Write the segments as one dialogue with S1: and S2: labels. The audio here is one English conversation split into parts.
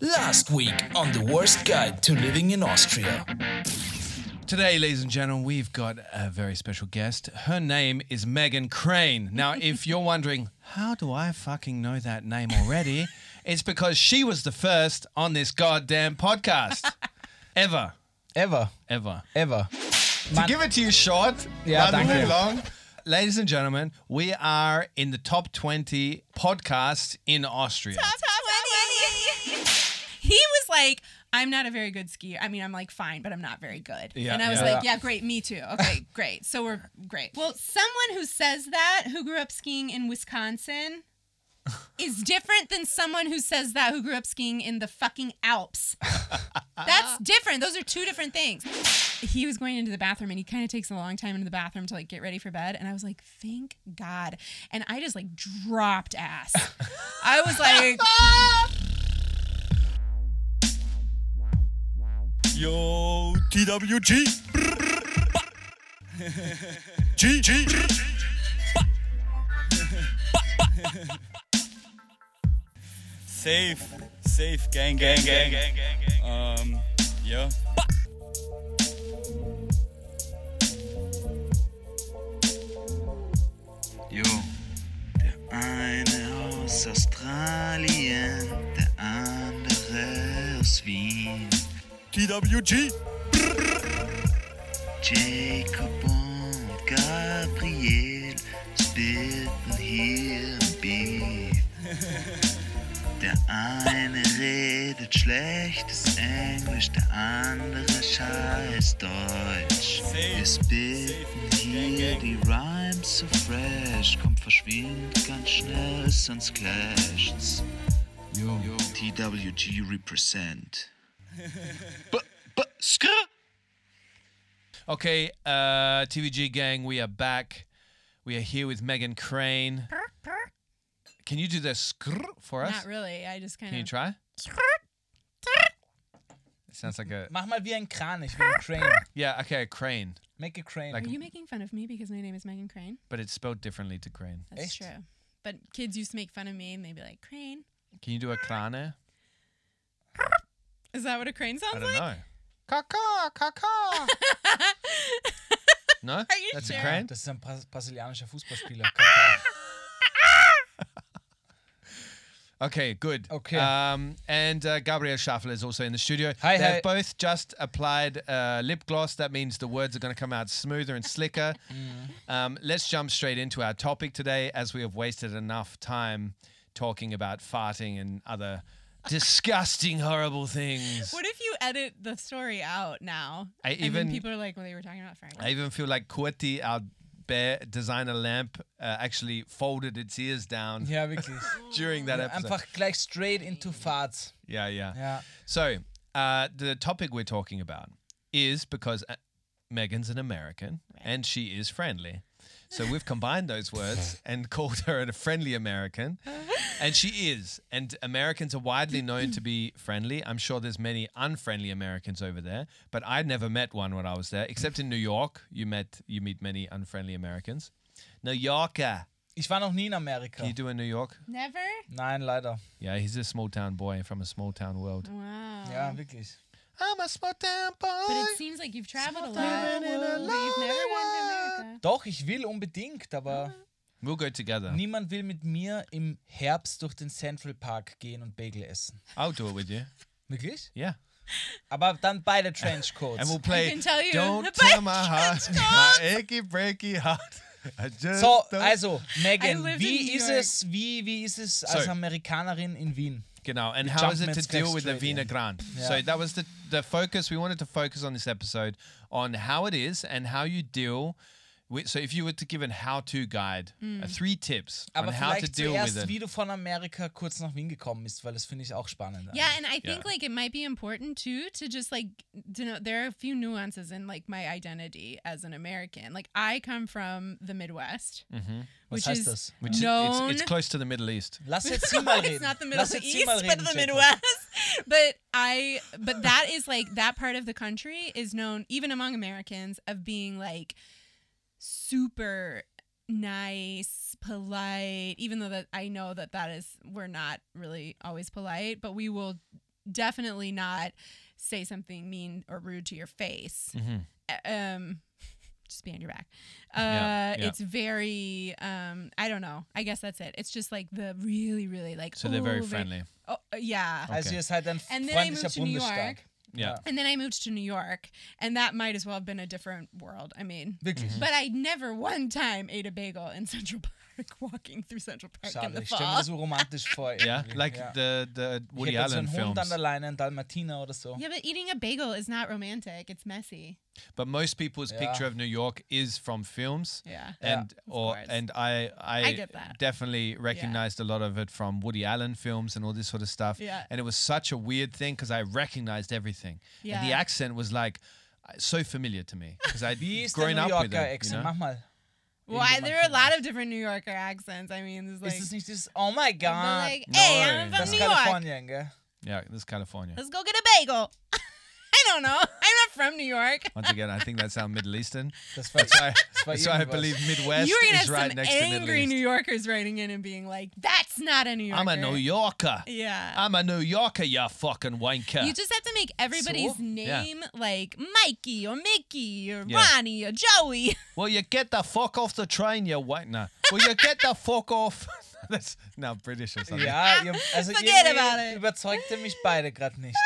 S1: Last week on the worst guide to living in Austria.
S2: Today, ladies and gentlemen, we've got a very special guest. Her name is Megan Crane. Now, if you're wondering, how do I fucking know that name already? It's because she was the first on this goddamn podcast. ever.
S3: Ever.
S2: Ever.
S3: Ever.
S2: To give it to you short,
S3: Yeah,
S2: rather
S3: danke.
S2: than long. Ladies and gentlemen, we are in the top 20 podcasts in Austria.
S4: He was like, I'm not a very good skier. I mean, I'm like fine, but I'm not very good.
S2: Yeah,
S4: and I was
S2: yeah.
S4: like, yeah, great, me too. Okay, great. So we're great. Well, someone who says that who grew up skiing in Wisconsin is different than someone who says that who grew up skiing in the fucking Alps. That's different. Those are two different things. He was going into the bathroom and he kind of takes a long time into the bathroom to like get ready for bed. And I was like, thank God. And I just like dropped ass. I was like,
S5: Yo, TWG. G, G. Safe, safe, gang, gang, gang, gang, gang, gang. Um, yeah.
S6: Jo, der eine aus Australien, der andere aus Wien.
S5: TWG.
S6: Jacob und Gabriel spitten hier im Beef. Der eine redet schlechtes Englisch, der andere scheiß Deutsch. Wir spitten hier die Rhymes so fresh, kommt verschwind ganz schnell, sonst clasht's. TWG represent. B, b, skr.
S2: Okay, uh, TVG gang, we are back. We are here with Megan Crane. Can you do the skr for us?
S4: not really. I just kind
S2: Can you
S4: of.
S2: try? It sounds like a
S3: Mach mal wie ein Kran, ich will ein Crane.
S2: yeah. Okay, a crane,
S3: Make a crane.
S2: Like-
S4: Are you making fun of me because my name is Megan Crane?
S2: but it's spelled differently to crane.
S4: That's
S3: Echt?
S4: true. But kids used to make fun of me and they'd be like, Crane.
S2: Can you do a crane?
S4: Is that what a crane
S2: I
S4: sounds
S2: don't
S4: like?
S2: know. Kaka, kaka. no,
S4: you
S2: that's a
S4: sure?
S2: crane.
S3: das ist ein Bras brasilianischer Fußballspieler. Kaká.
S2: Okay, good.
S3: Okay.
S2: Um, and uh, Gabriel Schaffel is also in the studio.
S3: Hi,
S2: They've
S3: hi.
S2: both just applied uh, lip gloss. That means the words are going to come out smoother and slicker.
S3: Mm.
S2: um, let's jump straight into our topic today, as we have wasted enough time talking about farting and other disgusting, horrible things.
S4: What if you edit the story out now?
S2: I
S4: and then
S2: even-
S4: people are like, well, they were talking about Frank.
S2: I even feel like Kurti, our bear designer lamp, uh, actually folded its ears down
S3: ja, wirklich.
S2: during that episode.
S3: Einfach gleich straight into Fahrt.
S2: yeah, yeah.
S3: Ja.
S2: So, uh, the topic we're talking about is because uh, Megan's an American and she is friendly. So, we've combined those words and called her a friendly American. And she is. And Americans are widely known to be friendly. I'm sure there's many unfriendly Americans over there, but I never met one when I was there, except in New York. You met you meet many unfriendly Americans. New Yorker.
S3: Ich war noch nie in Amerika.
S2: Can you do a New York?
S4: Never?
S3: Nein, leider.
S2: Yeah, he's a small town boy from a small town
S4: Mm.
S2: world.
S4: Wow.
S3: Ja, wirklich.
S2: I'm a small town boy.
S4: But it seems like you've traveled a lot. But you've never gone to America.
S3: Doch, ich will unbedingt, aber
S2: We'll go together.
S3: niemand will mit mir im Herbst durch den Central Park gehen und Bagel essen.
S2: I'll do it with you.
S3: Wirklich?
S2: Yeah.
S3: Aber dann beide Trenchcoats.
S2: And we'll play.
S4: can tell you
S2: Don't
S4: the
S2: tell
S4: best
S2: my heart, my achy breaky heart. I
S4: Äh,
S2: just
S3: So,
S2: don't-
S3: also, Megan,
S4: lived in
S3: wie
S4: New
S3: ist
S4: York.
S3: es, wie, wie ist es als
S2: Sorry.
S3: Amerikanerin in Wien?
S2: Genau, and how is it
S3: Jumpman's
S2: to deal with the
S3: Next Radio.
S2: Wiener Grand?
S3: Yeah.
S2: So that was the, the focus. We wanted to focus on this episode on how it is and how you deal with. So if you were to give a how-to guide,
S4: Hmm.
S2: uh, three tips
S3: Aber
S2: on how to
S3: vielleicht
S2: deal with
S3: zuerst,
S2: it.
S3: wie du von Amerika kurz nach Wien gekommen bist, weil das finde ich auch spannend.
S4: Yeah, and I think
S2: Yeah.
S4: like it might be important too to just like to know there are a few nuances in like my identity as an American. Like I come from the Midwest, which
S3: heißt
S4: is
S3: das?
S2: Mm-hmm. Which is- it's,
S4: known.
S2: it's close to the Middle East.
S3: Lass jetzt sie mal reden.
S4: it's not the Middle
S3: Lass jetzt sie
S4: East,
S3: mal
S4: but
S3: reden,
S4: the
S3: Jacob.
S4: Midwest. But I, but that is like that part of the country is known even among Americans of being like super nice, polite. Even though that I know that that is we're not really always polite, but we will definitely not say something mean or rude to your face. Uh, Um, just be on your back. Uh,
S2: Mm-hmm. Yeah, yeah.
S4: It's very, um, I don't know. I guess that's it. It's just like the really, really like.
S2: So they're very
S4: "Ooh,
S2: friendly.
S4: Oh, uh, yeah.
S3: Also ihr seid ein
S4: And then I
S3: freundlicher
S4: moved to New
S3: Bundesstaat.
S4: York.
S2: Yeah.
S4: And then I moved to New York, and that might as well have been a different world. I mean,
S3: Wirklich.
S2: Mhm. Mm-hmm.
S4: but I never one time ate a bagel in Central Park, walking through Central Park in
S3: Schade,
S4: the
S3: ich stelle mir
S4: fall.
S3: das so romantisch vor.
S2: Yeah,
S3: irgendwie.
S2: like
S3: ja.
S2: the the
S3: ich hätte
S2: Woody
S3: jetzt so
S2: Allen
S3: einen Hund an
S2: films.
S3: der Leine, einen Dalmatiner oder so.
S4: Yeah, but eating a bagel is not romantic. It's messy.
S2: But most people's
S3: Yeah.
S2: picture of New York is from films.
S4: Yeah.
S3: Yeah.
S2: And or
S4: course.
S2: and I I,
S4: I get that.
S2: definitely recognized a lot of it from Woody Allen films and all this sort of stuff.
S4: Yeah.
S2: And it was such a weird thing because I recognized everything. And the
S4: Yeah.
S2: accent was like uh, so familiar to me because I'd
S3: Wie ist der
S2: grown
S3: New
S2: up with
S3: Yorker
S2: it. You
S3: Accent?
S2: know?
S3: Mach mal.
S4: Well, I, there are a lot of different New Yorker accents. I mean, there's like,
S3: ist es nicht dieses Oh my God?
S4: they're like hey, I'm
S2: No.
S4: from
S3: das
S4: New
S3: ist
S4: York.
S3: Kalifornien, gell?
S2: Yeah, this is California.
S4: Let's go get a bagel. I don't know. I'm not from New York.
S2: Once again, I think that sounds Middle Eastern.
S3: Das war,
S2: That's why,
S3: war
S2: that's why I
S3: irgendwas.
S2: believe Midwest
S4: you are gonna
S2: is
S4: have
S2: right
S4: some
S2: next to Middle
S4: angry
S2: East.
S4: New Yorkers writing in and being like, "That's not a New Yorker."
S2: I'm a New Uh, Yorker.
S4: Yeah.
S2: I'm a New Yorker, you fucking wanker.
S4: You just have to make everybody's
S3: So?
S2: Yeah.
S4: name like Mikey or Mickey or
S2: Yeah.
S4: Ronnie or Joey.
S2: Well, you get the fuck off the train, you white now. Well, you get the fuck off. That's now British or something.
S3: Ja, ihr, also
S4: Forget
S3: irgendwie
S4: about it.
S3: überzeugt ihr mich beide gerade nicht.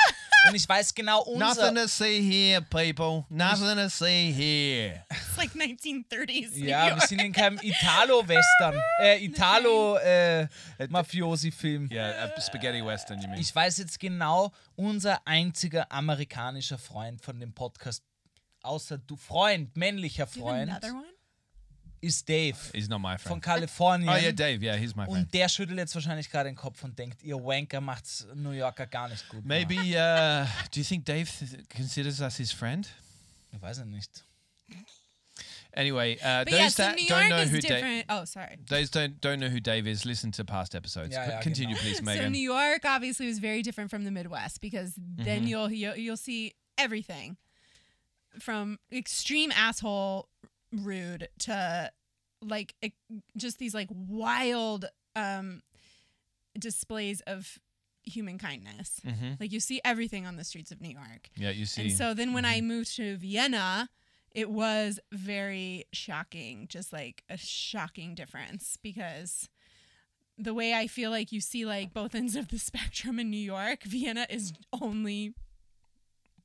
S3: Und ich weiß genau unser.
S2: Nothing to see here, people. Nothing to see here.
S4: It's like 1930s New
S3: Ja,
S4: York.
S3: wir sind in keinem Italo-Western, äh, Italo-Mafiosi-Film.
S2: Yeah, a spaghetti western, you mean?
S3: Ich weiß jetzt genau, unser einziger amerikanischer Freund von dem Podcast, außer du Freund, männlicher
S4: Do you have
S3: Freund,
S4: another one.
S3: ist Dave
S2: He's not my
S3: von
S2: friend.
S3: Kalifornien.
S2: Oh yeah, Dave. Yeah, he's my friend.
S3: Und der schüttelt jetzt wahrscheinlich gerade den Kopf und denkt, ihr Wanker macht's New Yorker gar nicht gut.
S2: Maybe. Uh, do you think Dave th- considers us his friend?
S3: Ich weiß es nicht.
S2: Anyway, uh,
S4: But
S2: those
S4: yeah, so
S2: that
S4: New
S2: don't
S4: York
S2: know
S4: is
S2: who Dave.
S4: different. oh, sorry.
S2: Those don't don't know who Dave is. Listen to past episodes.
S3: Yeah,
S2: Co-
S3: yeah,
S2: Continue,
S3: genau.
S2: please,
S4: So
S2: Megan.
S4: New York obviously was very different from the Midwest because then you'll, you'll you'll see everything from extreme asshole rude to like e- just these like wild um displays of human kindness.
S2: Mm-hmm.
S4: Like you see everything on the streets of New York.
S2: yeah, you see. Mm-hmm.
S4: And so then when I moved to Vienna, it was very shocking, just like a shocking difference because the way I feel like you see like both ends of the spectrum in New York, Vienna is only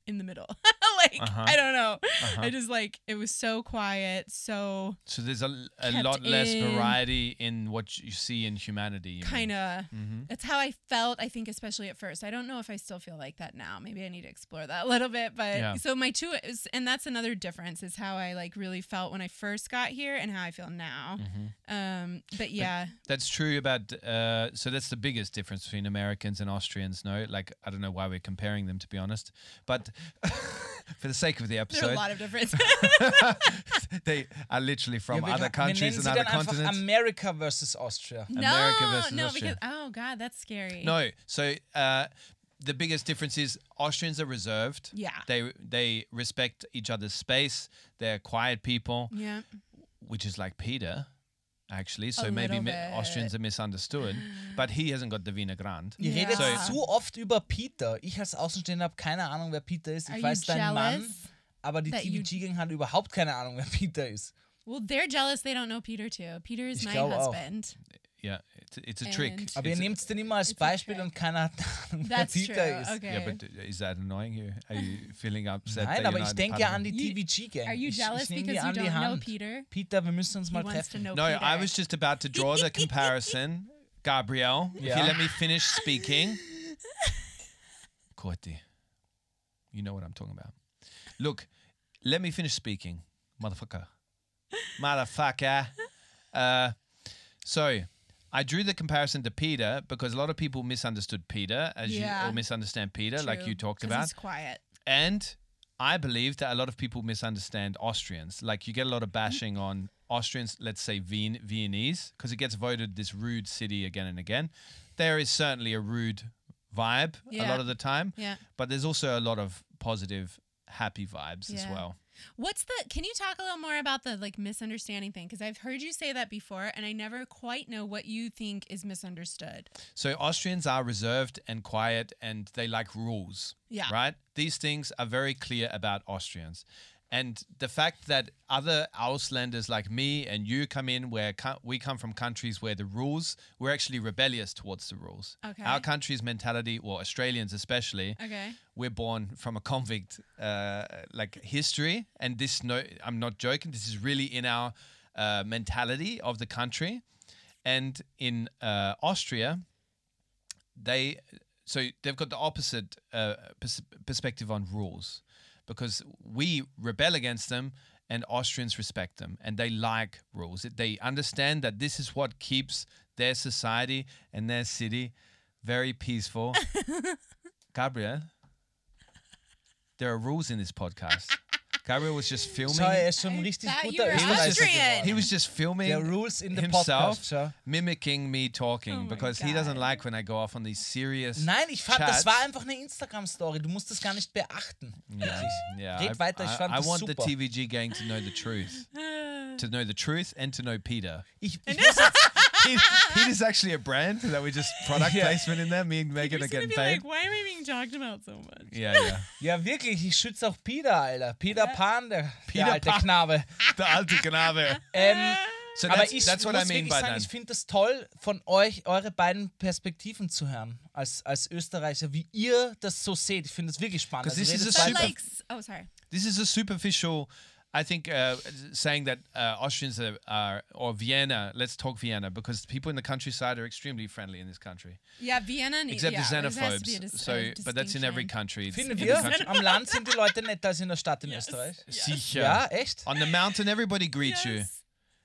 S4: in the middle. like
S2: Uh-huh.
S4: I don't know.
S2: Uh-huh.
S4: I just like it was so quiet, so
S2: So there's a, a
S4: kept
S2: lot less
S4: in.
S2: variety in what you see in humanity. you mean?
S4: kind of
S2: Mhm.
S4: that's how I felt, I think, especially at first. I don't know if I still feel like that now. Maybe I need to explore that a little bit. But
S2: Yeah.
S4: so my two is, and that's another difference is how I like really felt when I first got here and how I feel now.
S2: Mm-hmm.
S4: Um, but yeah,
S2: That's true about. Uh, so that's the biggest difference between Americans and Austrians. No, like I don't know why we're comparing them to be honest, but for the sake of the
S4: there are a
S2: episode,
S4: lot of differences.
S2: they are literally from
S3: wir,
S2: other countries
S3: wir nennen
S2: and
S3: sie
S2: other
S3: dann einfach
S2: continents.
S4: um,
S3: America versus Austria.
S4: no,
S2: America versus
S4: no,
S2: Austria.
S4: because oh god, that's scary.
S2: no, so uh, the biggest difference is Austrians are reserved.
S4: Yeah.
S2: they they respect each other's space. They're quiet people.
S4: Yeah.
S2: which is like Peter, actually. So
S4: A
S2: maybe
S4: little
S2: mi-
S4: bit.
S2: Austrians are misunderstood, but he hasn't got the Wiener Grand.
S3: Ihr
S4: Ja.
S3: redet
S4: So-
S3: zu oft über Peter. Ich als Außenstehender habe keine Ahnung, wer Peter ist. Ich
S4: Are you
S3: weiß deinen Mann,
S4: jealous
S3: aber die
S4: that you-
S3: TVG-Gang hat überhaupt keine Ahnung, wer Peter ist.
S4: Well, they're jealous they don't know Peter too. Peter is
S3: Ich
S4: my
S3: glaube auch.
S4: husband.
S2: Yeah, it's, it's a trick.
S4: And-
S3: Aber ihr
S2: It's a-
S3: nehmt es denn immer als
S4: it's a
S3: Beispiel
S4: trick.
S3: und keiner hat eine Ahnung, wer
S4: That's true.
S3: Peter ist.
S4: Okay.
S2: Yeah, but is that annoying you? Are you feeling upset? that
S3: Nein,
S2: you're
S3: aber
S2: not
S3: ich
S2: a
S3: denke
S2: part
S3: ja
S2: of
S3: an
S2: it?
S3: die TV-G-Gang.
S4: Are you
S3: ich,
S4: jealous
S3: ich nehm die
S4: because you
S3: an die
S4: don't know
S3: Hand.
S4: Peter?
S3: Peter, wir müssen uns
S4: He
S3: mal
S4: wants to
S3: treffen.
S4: know
S2: No,
S4: Peter.
S2: I was just about to draw the comparison, Gabrielle. If
S3: Yeah.
S2: you let me finish speaking, Corti, you know what I'm talking about. Look, let me finish speaking, motherfucker, motherfucker. Uh, so. I drew the comparison to Peter because a lot of people misunderstood Peter, as
S4: Yeah.
S2: you or misunderstand Peter, like
S4: True,
S2: you talked
S4: 'cause
S2: about.
S4: He's quiet.
S2: And I believe that a lot of people misunderstand Austrians. Like you get a lot of
S4: Mm-hmm.
S2: bashing on Austrians, let's say Vien- Viennese, because it gets voted this rude city again and again. There is certainly a rude vibe a
S4: Yeah.
S2: lot of the time,
S4: Yeah.
S2: but there's also a lot of positive, happy vibes as
S4: Yeah.
S2: well.
S4: What's the? Can you talk a little more about the like misunderstanding thing? Because I've heard you say that before, and I never quite know what you think is misunderstood.
S2: So Austrians are reserved and quiet and they like rules.
S4: Yeah.
S2: Right? These things are very clear about Austrians. And the fact that other Ausländers like me and you come in where co- we come from countries where the rules, we're actually rebellious towards the rules.
S4: Okay.
S2: Our country's mentality, or Australians especially,
S4: Okay.
S2: we're born from a convict uh, like history and this no i'm not joking this is really in our uh, mentality of the country and in uh, austria they so they've got the opposite uh, pers- perspective on rules because we rebel against them and Austrians respect them and they like rules. They understand that this is what keeps their society and their city very peaceful. Gabriel, there are rules in this podcast. Gabriel was just filming.
S3: Schau, er ist schon ein
S4: I
S3: richtig
S4: thought you
S3: guter
S4: were
S3: Österreicher
S4: Austrian.
S2: He
S3: geworden.
S2: was just filming
S3: There are rules in the
S2: himself,
S3: podcast, schau.
S2: mimicking me talking
S4: Oh my
S2: because he doesn't
S4: God.
S2: like when I go off on these serious.
S3: Nein, ich fand, das
S2: chats.
S3: war einfach eine Instagram-Story. Du musst das gar nicht beachten. Wirklich.
S2: Yeah,
S3: Red
S2: I,
S3: weiter, ich
S2: I-
S3: fand
S2: I
S3: das
S2: want
S3: super.
S2: the TVG gang to know the truth,
S4: Uh,
S2: to know the truth, and to know Peter.
S3: Ich, ich muss jetzt,
S2: Peter, Peter's actually a brand that we just product
S3: Yeah.
S2: placement in there. Me and Megan are getting paid.
S4: why am I being talked about so much?
S2: yeah, yeah.
S3: ja, wirklich, ich schütze auch Peter, Alter. Peter Pan, der,
S2: Peter
S3: der alte
S2: Pan.
S3: Knabe.
S2: The alte Knabe.
S3: Ähm,
S2: So
S3: aber
S2: that's,
S3: ich
S2: that's what
S3: muss
S2: I mean
S3: wirklich
S2: by
S3: sagen,
S2: that.
S3: ich finde das toll, von euch eure beiden Perspektiven zu hören, als, als Österreicher, wie ihr das so seht. Ich finde das wirklich spannend.
S2: 'Cause this
S3: redet
S2: is a
S3: weiter.
S4: But
S2: Super.
S4: like, s- oh sorry.
S2: This is a superficial, I think, uh, saying that uh, Austrians are, are, or Vienna, let's talk Vienna, because people in the countryside are extremely friendly in this country.
S4: Yeah, Vienna. ne-
S2: Except
S4: yeah,
S2: the
S4: there has to be a
S2: xenophobes.
S4: dis-
S2: so,
S4: a
S2: but that's in every
S4: distinction.
S2: country. It's
S3: Finden
S2: in
S3: wir,
S2: the country.
S3: am Land sind die Leute netter als in der Stadt in Österreich.
S2: Sicher.
S3: Ja, echt?
S2: On the mountain, everybody greets you.
S4: Yes.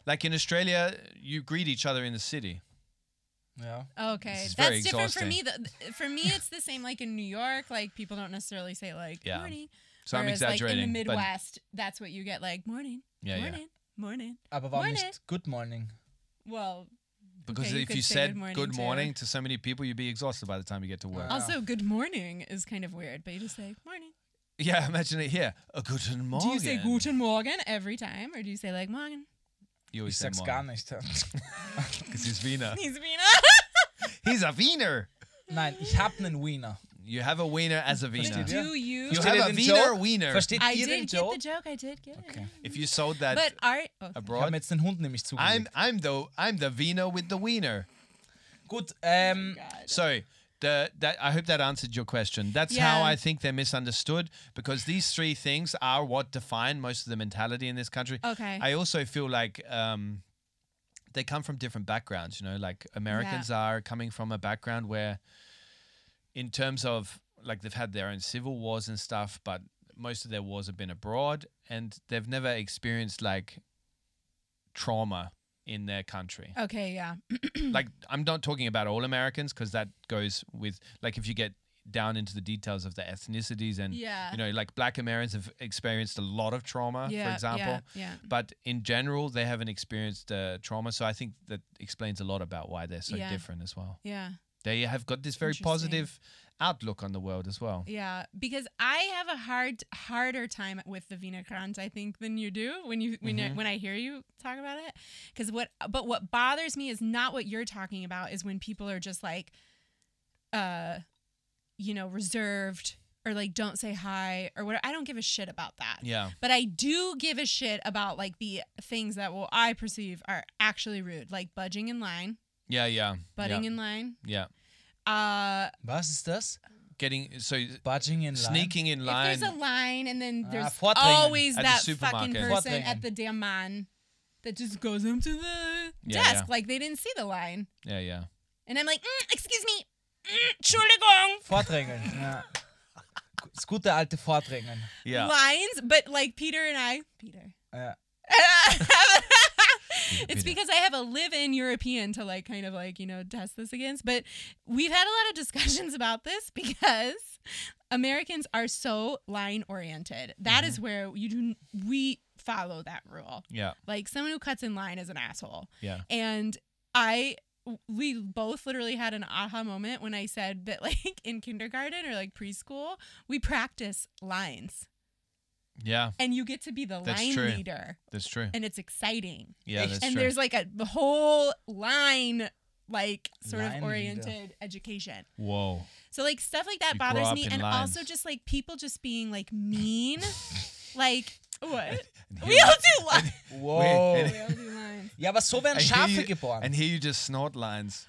S2: Like in Australia, you greet each other in the city.
S3: Ja.
S4: Oh, Okay,
S2: This is very
S4: that's different for
S2: exhausting.
S4: me. Th- For me, it's the same. Like in New York, like people don't necessarily say like
S2: Yeah.
S4: morning.
S2: So I'm
S4: Whereas, Like in
S2: exaggerating,
S4: the
S2: but-
S4: Midwest, that's what you get like morning,
S2: Yeah, yeah.
S4: morning, morning.
S3: Aber warum
S4: Morning.
S3: nicht Good Morning?
S4: Well,
S2: Because
S4: Okay, you
S2: if
S4: could
S2: you
S4: say
S2: said
S4: good morning Oh.
S2: good
S4: too.
S2: morning to so many people, you'd be exhausted by the time you get to work.
S4: also good morning is kind of weird, but you just say morning.
S2: yeah, imagine it here. A guten Morgen.
S4: Do you say guten Morgen every time, or do you say like morgen?
S2: You always
S3: Ich
S2: say
S3: sag's gar nicht. ja.
S2: Because he's Wiener.
S4: He's being
S2: he's a Wiener.
S3: Nein, ich hab nen Wiener.
S2: You have a Wiener as a Wiener.
S3: Versteht ihr?
S4: Do you?
S2: You
S3: Versteht
S2: have
S3: ihr
S2: a
S3: den
S2: Wiener
S3: Joke?
S2: Wiener.
S3: Versteht
S4: I
S3: ihr den
S4: did get
S3: Joke?
S4: the joke. I did get it.
S2: If you sold that
S4: But are oh,
S3: Ich hab
S2: abroad,
S3: mir jetzt den Hund nämlich
S2: I'm
S3: zugelegt.
S2: I'm the I'm the Wiener with the Wiener.
S3: Gut, ähm,
S4: Oh
S2: So the that I hope that answered your question. That's how
S4: Yeah.
S2: I think they're misunderstood because these three things are what define most of the mentality in this country.
S4: Okay.
S2: I also feel like um, they come from different backgrounds. You know, like Americans are coming from a background where, in terms of like they've had their own civil wars and stuff, but most of their wars have been abroad and they've never experienced like trauma in their country
S4: okay, yeah.
S2: like I'm not talking about all Americans because that goes with like if you get down into the details of the ethnicities and
S4: Yeah.
S2: you know like black Americans have experienced a lot of trauma for
S4: Yeah,
S2: example
S4: yeah, yeah.
S2: but in general they haven't experienced uh, trauma so I think that explains a lot about why they're so
S4: Yeah.
S2: different as well
S4: Yeah.
S2: they have got this very
S4: Interesting.
S2: positive outlook on the world as well
S4: Yeah, because I have a hard harder time with the Wiener Kranz, I think, than you do when you when
S2: Mm-hmm.
S4: you, when I hear you talk about it. Because what but what bothers me is not what you're talking about is when people are just like, uh, you know, reserved or like don't say hi or whatever. I don't give a shit about that.
S2: Yeah.
S4: But I do give a shit about like the things that well I perceive are actually rude, like budging in line,
S2: yeah yeah
S4: butting
S2: yeah,
S4: in line.
S2: yeah
S4: Uh,
S3: was ist das?
S2: getting so
S3: Budging in line?
S2: sneaking in line
S4: If there's a line and then
S3: Ah,
S4: there's
S3: vordrängen.
S4: always
S2: At the
S4: that fucking
S2: supermarket.
S4: person
S3: Vordrängen.
S4: at the damn man that just goes up to the
S2: Yeah,
S4: desk
S2: yeah.
S4: like they didn't see the line.
S2: yeah yeah
S4: And I'm like, mm, excuse me, mm, Entschuldigung.
S3: Vordrängeln. ja. Das gute alte Vordrängeln.
S2: yeah Uh,
S4: Lines, but like Peter and I, Peter.
S3: Ja.
S4: It's because I have a live-in European to like kind of like you know test this against, but we've had a lot of discussions about this because Americans are so line-oriented. That
S2: Mm-hmm.
S4: is where you do we follow that rule.
S2: yeah
S4: Like someone who cuts in line is an asshole.
S2: yeah
S4: And I we both literally had an aha moment when I said that like in kindergarten or like preschool, we practice lines.
S2: Yeah,
S4: and you get to be the
S2: That's
S4: line
S2: true.
S4: leader,
S2: that's true.
S4: and it's exciting.
S2: Yeah, that's
S4: and
S2: true.
S4: there's like a the whole line, like sort
S3: Line
S4: of
S3: leader.
S4: oriented education.
S2: Whoa.
S4: So like stuff like that
S2: You grow
S4: bothers
S2: up
S4: me,
S2: in
S4: and
S2: lines.
S4: also just like people just being like mean, like what?
S2: And
S4: We
S2: here-
S4: all do lines.
S3: Wow.
S2: Wait,
S4: We all do lines.
S3: Ja, aber so werden
S2: and here
S3: Schafe
S2: you-
S3: geboren.
S2: And here you just snort lines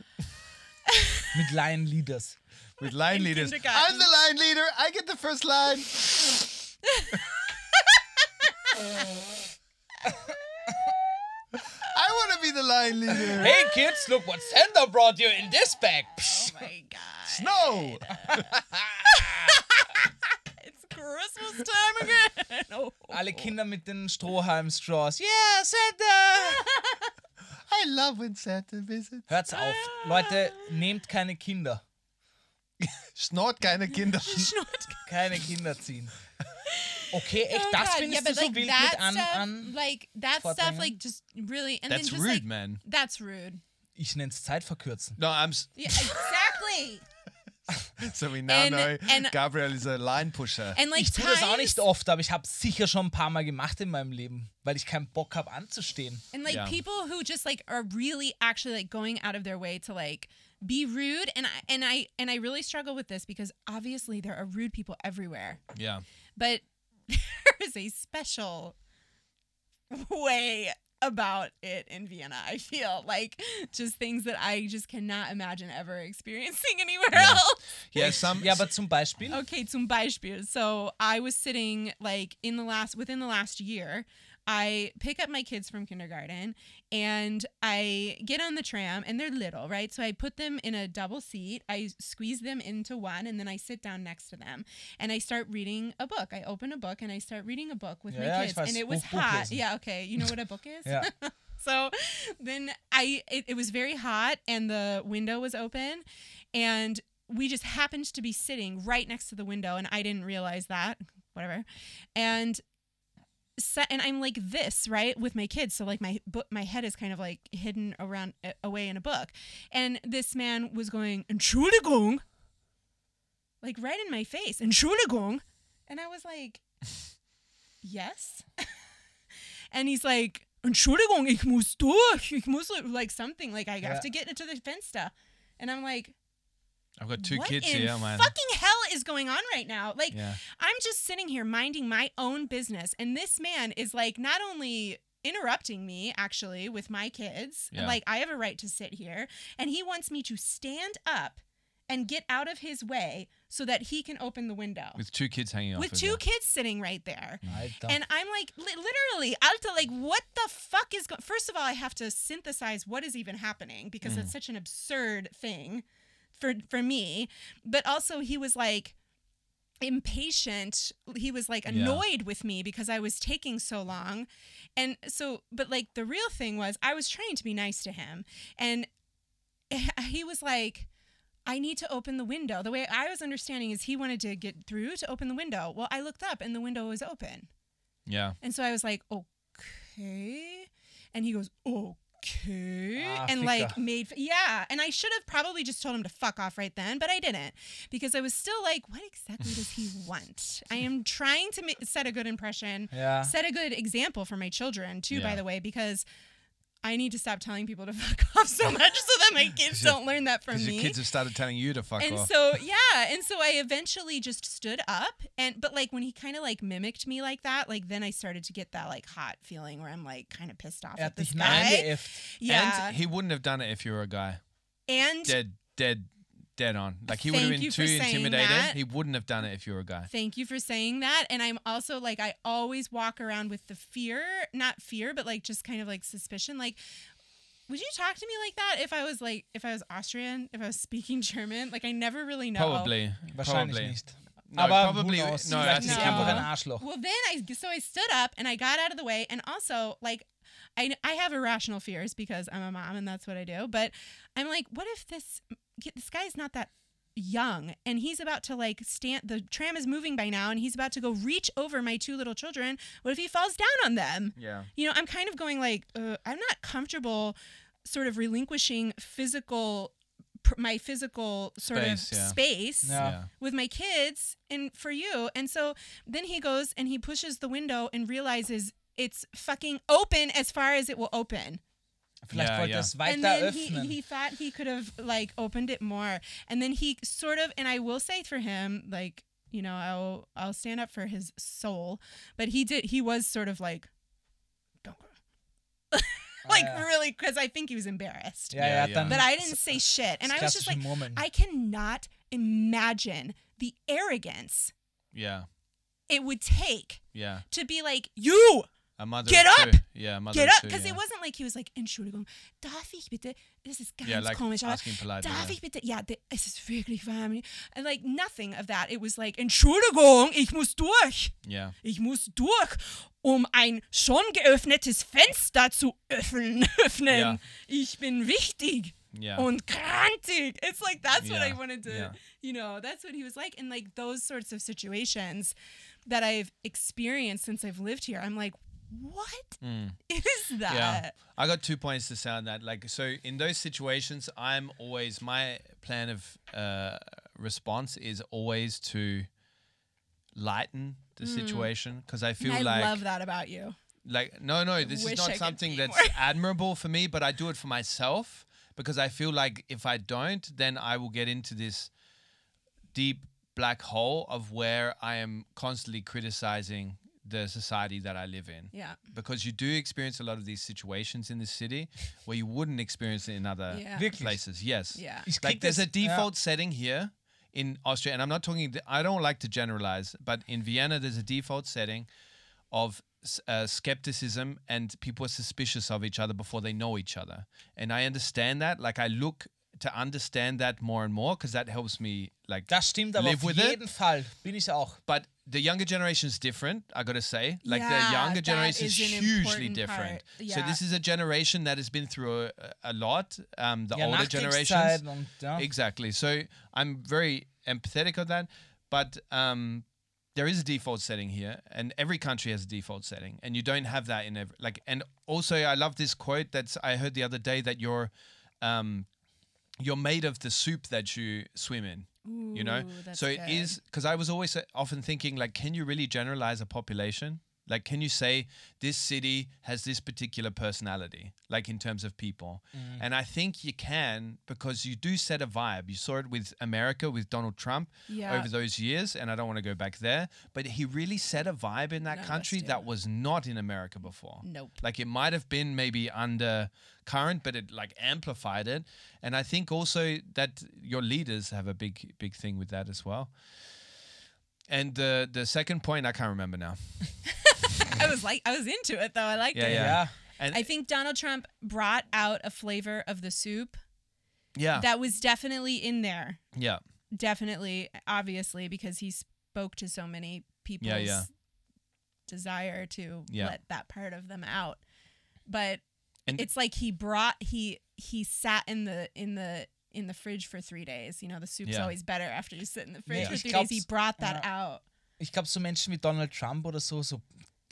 S3: Mit Lion Leaders.
S2: with line
S4: In
S2: leaders.
S4: kindergarten.
S2: I'm the line leader. I get the first line. I want to be the line leader.
S3: Hey kids, look what Santa brought you in this bag. Psst.
S4: Oh my god!
S2: No.
S4: It's Christmas time again. Oh.
S3: Alle Kinder mit den Strohhalm-Straws. Yeah, Santa!
S2: I love when Santa visits.
S3: Hört's auf. Leute, nehmt keine Kinder.
S2: Snort keine Kinder.
S4: Schnurrt.
S3: Keine Kinder ziehen. Okay, echt,
S4: Oh
S3: das
S4: God.
S3: findest
S4: yeah,
S3: du
S4: but
S3: so
S4: like
S3: wild
S4: that
S3: mit an,
S4: stuff,
S3: an.
S4: like that stuff,
S3: Vordrängen?
S4: like just really, and
S2: That's
S4: then just
S2: rude,
S4: like,
S2: man.
S4: That's rude.
S3: Ich nenn's Zeitverkürzen.
S2: No, I'm. s-
S4: Yeah, exactly.
S2: So we now
S4: And-
S2: know
S4: and-
S2: Gabriel is a line pusher.
S4: And like
S3: Ich tue das auch
S4: times,
S3: nicht oft, aber ich hab's sicher schon ein paar Mal gemacht in meinem Leben, weil ich keinen Bock hab anzustehen.
S4: and like
S2: Yeah.
S4: people who just like are really actually like going out of their way to like be rude, and I and I and I really struggle with this because obviously there are rude people everywhere,
S2: yeah.
S4: but there is a special way about it in Vienna. I feel like just things that I just cannot imagine ever experiencing anywhere else.
S2: Yeah. Some.
S3: Ja, aber zum Beispiel.
S4: Okay, zum Beispiel. So I was sitting like in the last within the last year. I pick up my kids from kindergarten and I get on the tram and they're little, right? So I put them in a double seat. I squeeze them into one and then I sit down next to them and I start reading a book. I open a book and I start reading a book with
S3: Yeah,
S4: my
S3: ich
S4: kids
S3: weiß,
S4: and it
S3: Buch-
S4: was
S3: Buch
S4: hot.
S3: lesen.
S4: Yeah, okay. You know what a book is?
S3: Ja.
S4: So then I it, it was very hot and the window was open and we just happened to be sitting right next to the window and I didn't realize that whatever and so, and I'm like this right with my kids so like my book my head is kind of like hidden around uh, away in a book and this man was going Entschuldigung like right in my face Entschuldigung and I was like yes and he's like, Entschuldigung, ich muss durch. Ich muss, like, something. Like, I
S3: Yeah.
S4: have to get into the Fenster. And I'm like,
S2: I've got two
S4: what
S2: kids
S4: in
S2: here, man.
S4: fucking hell is going on right now? Like,
S2: Yeah.
S4: I'm just sitting here minding my own business. And this man is, like, not only interrupting me, actually, with my kids.
S2: Yeah.
S4: Like, I have a right to sit here. And he wants me to stand up and get out of his way so that he can open the window. With,
S2: With two kids hanging off. of
S4: two
S2: her.
S4: kids sitting right there.
S3: Alter.
S4: And I'm like, li- literally, Alta, like, what the fuck is going? First of all, I have to synthesize what is even happening because it's such an absurd thing for for me. But also, he was like impatient. He was like
S2: Yeah.
S4: annoyed with me because I was taking so long, and so. But like, the real thing was, I was trying to be nice to him, and he was like. I need to open the window. The way I was understanding is he wanted to get through to open the window. Well, I looked up and the window was open.
S2: Yeah.
S4: And so I was like, okay. And he goes, okay.
S3: Ah,
S4: and
S3: Fika.
S4: like made, yeah. And I should have probably just told him to fuck off right then, but I didn't because I was still like, what exactly does he want? I am trying to ma- set a good impression,
S3: Ja.
S4: set a good example for my children too,
S2: Yeah.
S4: by the way, because I need to stop telling people to fuck off so much so that my kids don't learn that from
S2: Because
S4: me
S2: your kids have started telling you to fuck
S4: and
S2: off.
S4: so yeah and so i eventually just stood up and but like when he kind of like mimicked me like that like then i started to get that like hot feeling where i'm like kind of pissed off
S3: Er
S4: at
S3: hat
S4: this
S3: dich
S4: guy
S3: nachgeäfft.
S4: yeah
S2: And he wouldn't have done it if you were a guy.
S4: and,
S2: Dead, dead, dead on. Like he would have
S4: Thank
S2: been
S4: you
S2: too
S4: for saying
S2: intimidated.
S4: that.
S2: He wouldn't have done it if you were a guy.
S4: thank you for saying that and i'm also like i always walk around with the fear not fear but like just kind of like suspicion like would you talk to me like that if i was like if i was austrian if i was speaking german like i never really know
S2: Probably.
S3: Wahrscheinlich
S2: probably.
S3: nicht.
S2: No,
S3: aber
S2: probably.
S3: who knows?
S2: No, I
S3: Vielleicht
S2: think
S3: ist
S2: he
S3: er einfach
S2: would
S3: ein
S2: have.
S3: Arschloch.
S4: Well, then I so I stood up and I got out of the way, and also like I I have irrational fears because I'm a mom and that's what I do. But I'm like, what if this get- this guy's not that young and he's about to like stand the tram is moving by now and he's about to go reach over my two little children what if he falls down on them
S2: Yeah.
S4: you know i'm kind of going like uh, i'm not comfortable sort of relinquishing physical pr- my physical sort
S2: Space,
S4: of
S2: yeah.
S4: space
S3: Yeah.
S2: Yeah.
S4: with my kids and for you. And so then he goes and he pushes the window and realizes it's fucking open as far as it will open.
S3: Vielleicht
S2: Ja,
S3: wollte
S2: ja.
S3: er es weiter
S4: and then he,
S3: öffnen.
S4: he thought he could have like opened it more. And then he sort of and I will say for him, like, you know, I'll I'll stand up for his soul. But he did he was sort of like don't go. like
S3: Ah, ja.
S4: really because I think he was embarrassed.
S3: ja, ja,
S2: Ja,
S3: dann
S4: But I didn't say shit. And I was just like
S3: klassische Murmeln.
S4: I cannot imagine the arrogance
S2: Yeah.
S4: it would take
S2: Yeah.
S4: to be like, you
S2: A mother.
S4: Get
S2: of
S4: up!
S2: Two. Yeah, a mother.
S4: get
S2: of
S4: up.
S2: two,
S4: Because
S2: yeah.
S4: it wasn't like he was like, Entschuldigung, darf ich bitte? This is ganz
S2: Yeah, like
S4: komisch. aber
S2: asking politely,
S4: darf
S2: yeah.
S4: ich bitte? Ja, de- es ist wirklich warm. And like nothing of that. It was like, Entschuldigung, ich muss durch.
S2: Yeah.
S4: Ich muss durch, um ein schon geöffnetes Fenster zu öffnen. öffnen.
S2: Ja.
S4: Ich bin wichtig.
S2: Yeah.
S4: und krantig. It's like that's what I
S2: Yeah,
S4: wanted to,
S2: yeah.
S4: you know, that's what he was like. And like those sorts of situations that I've experienced since I've lived here, I'm like, what is
S2: Mm. Yeah.
S4: that?
S2: I got two points to sound that. Like, so in those situations, I'm always, my plan of uh, response is always to lighten the situation because I feel
S4: And Mm. I
S2: like,
S4: love that about you.
S2: like, no, no, this
S4: Wish
S2: is
S4: I
S2: not
S4: could
S2: something
S4: be
S2: that's
S4: more.
S2: admirable for me, but I do it for myself because I feel like if I don't, then I will get into this deep black hole of where I am constantly criticizing the society that I live in
S4: Yeah.
S2: because you do experience a lot of these situations in the city where you wouldn't experience it in other
S4: Yeah.
S3: Wirklich?
S2: places. Yes.
S4: Yeah.
S3: Ich
S2: Like
S3: krieg
S2: there's
S3: das-
S2: a default setting here in Austria, and I'm not talking. I don't like to generalize, but in Vienna there's a default setting of s- uh, skepticism, and people are suspicious of each other before they know each other. And I understand that. Like I look to understand that more and more because that helps me. Like
S3: Das stimmt aber
S2: Live
S3: auf
S2: with it.
S3: jeden Fall. Bin ich auch.
S2: but the younger generation is different. I gotta say, like
S4: Yeah,
S2: the younger
S4: that
S2: generation is,
S4: is an
S2: hugely
S4: important
S2: different.
S4: part.
S2: So
S4: Yeah.
S2: this is a generation that has been through a, a lot. Um, the
S3: Ja,
S2: older
S3: Nachkriegszeiten
S2: generations,
S3: und ja.
S2: exactly. So I'm very empathetic of that, but um, there is a default setting here, and every country has a default setting, and you don't have that in every like. And also, I love this quote that's I heard the other day that you're, um, you're made of the soup that you swim in. you know,
S4: Ooh, that's
S2: so it is
S4: good.
S2: because I was always uh, often thinking like, can you really generalize a population? Like, can you say this city has this particular personality, like in terms of people?
S4: Mm.
S2: And I think you can because you do set a vibe. You saw it with America, with Donald Trump
S4: Yeah.
S2: over those years, and I don't want to go back there, but he really set a vibe in that
S4: No,
S2: country
S4: that's
S2: that was not in America before.
S4: Nope.
S2: Like it might have been maybe under current, but it like amplified it. And I think also that your leaders have a big, big thing with that as well. And the the second point I can't remember now.
S4: I was like, I was into it though. I liked
S2: Yeah,
S4: it.
S2: yeah.
S3: Ja.
S2: And
S4: I think Donald Trump brought out a flavor of the soup
S2: yeah,
S4: that was definitely in there.
S2: yeah,
S4: Definitely, obviously, because he spoke to so many people's
S2: yeah.
S4: desire to
S2: Yeah.
S4: let that part of them out. But
S2: And-
S4: it's like he brought he he sat in the in the in the fridge for three days. You know, the soup's
S2: Yeah.
S4: always better after you sit in the fridge
S3: Yeah.
S4: for
S3: Ich
S4: three days. He
S3: glaub's-
S4: brought that out.
S3: Ich glaube, so Menschen wie Donald Trump oder so, so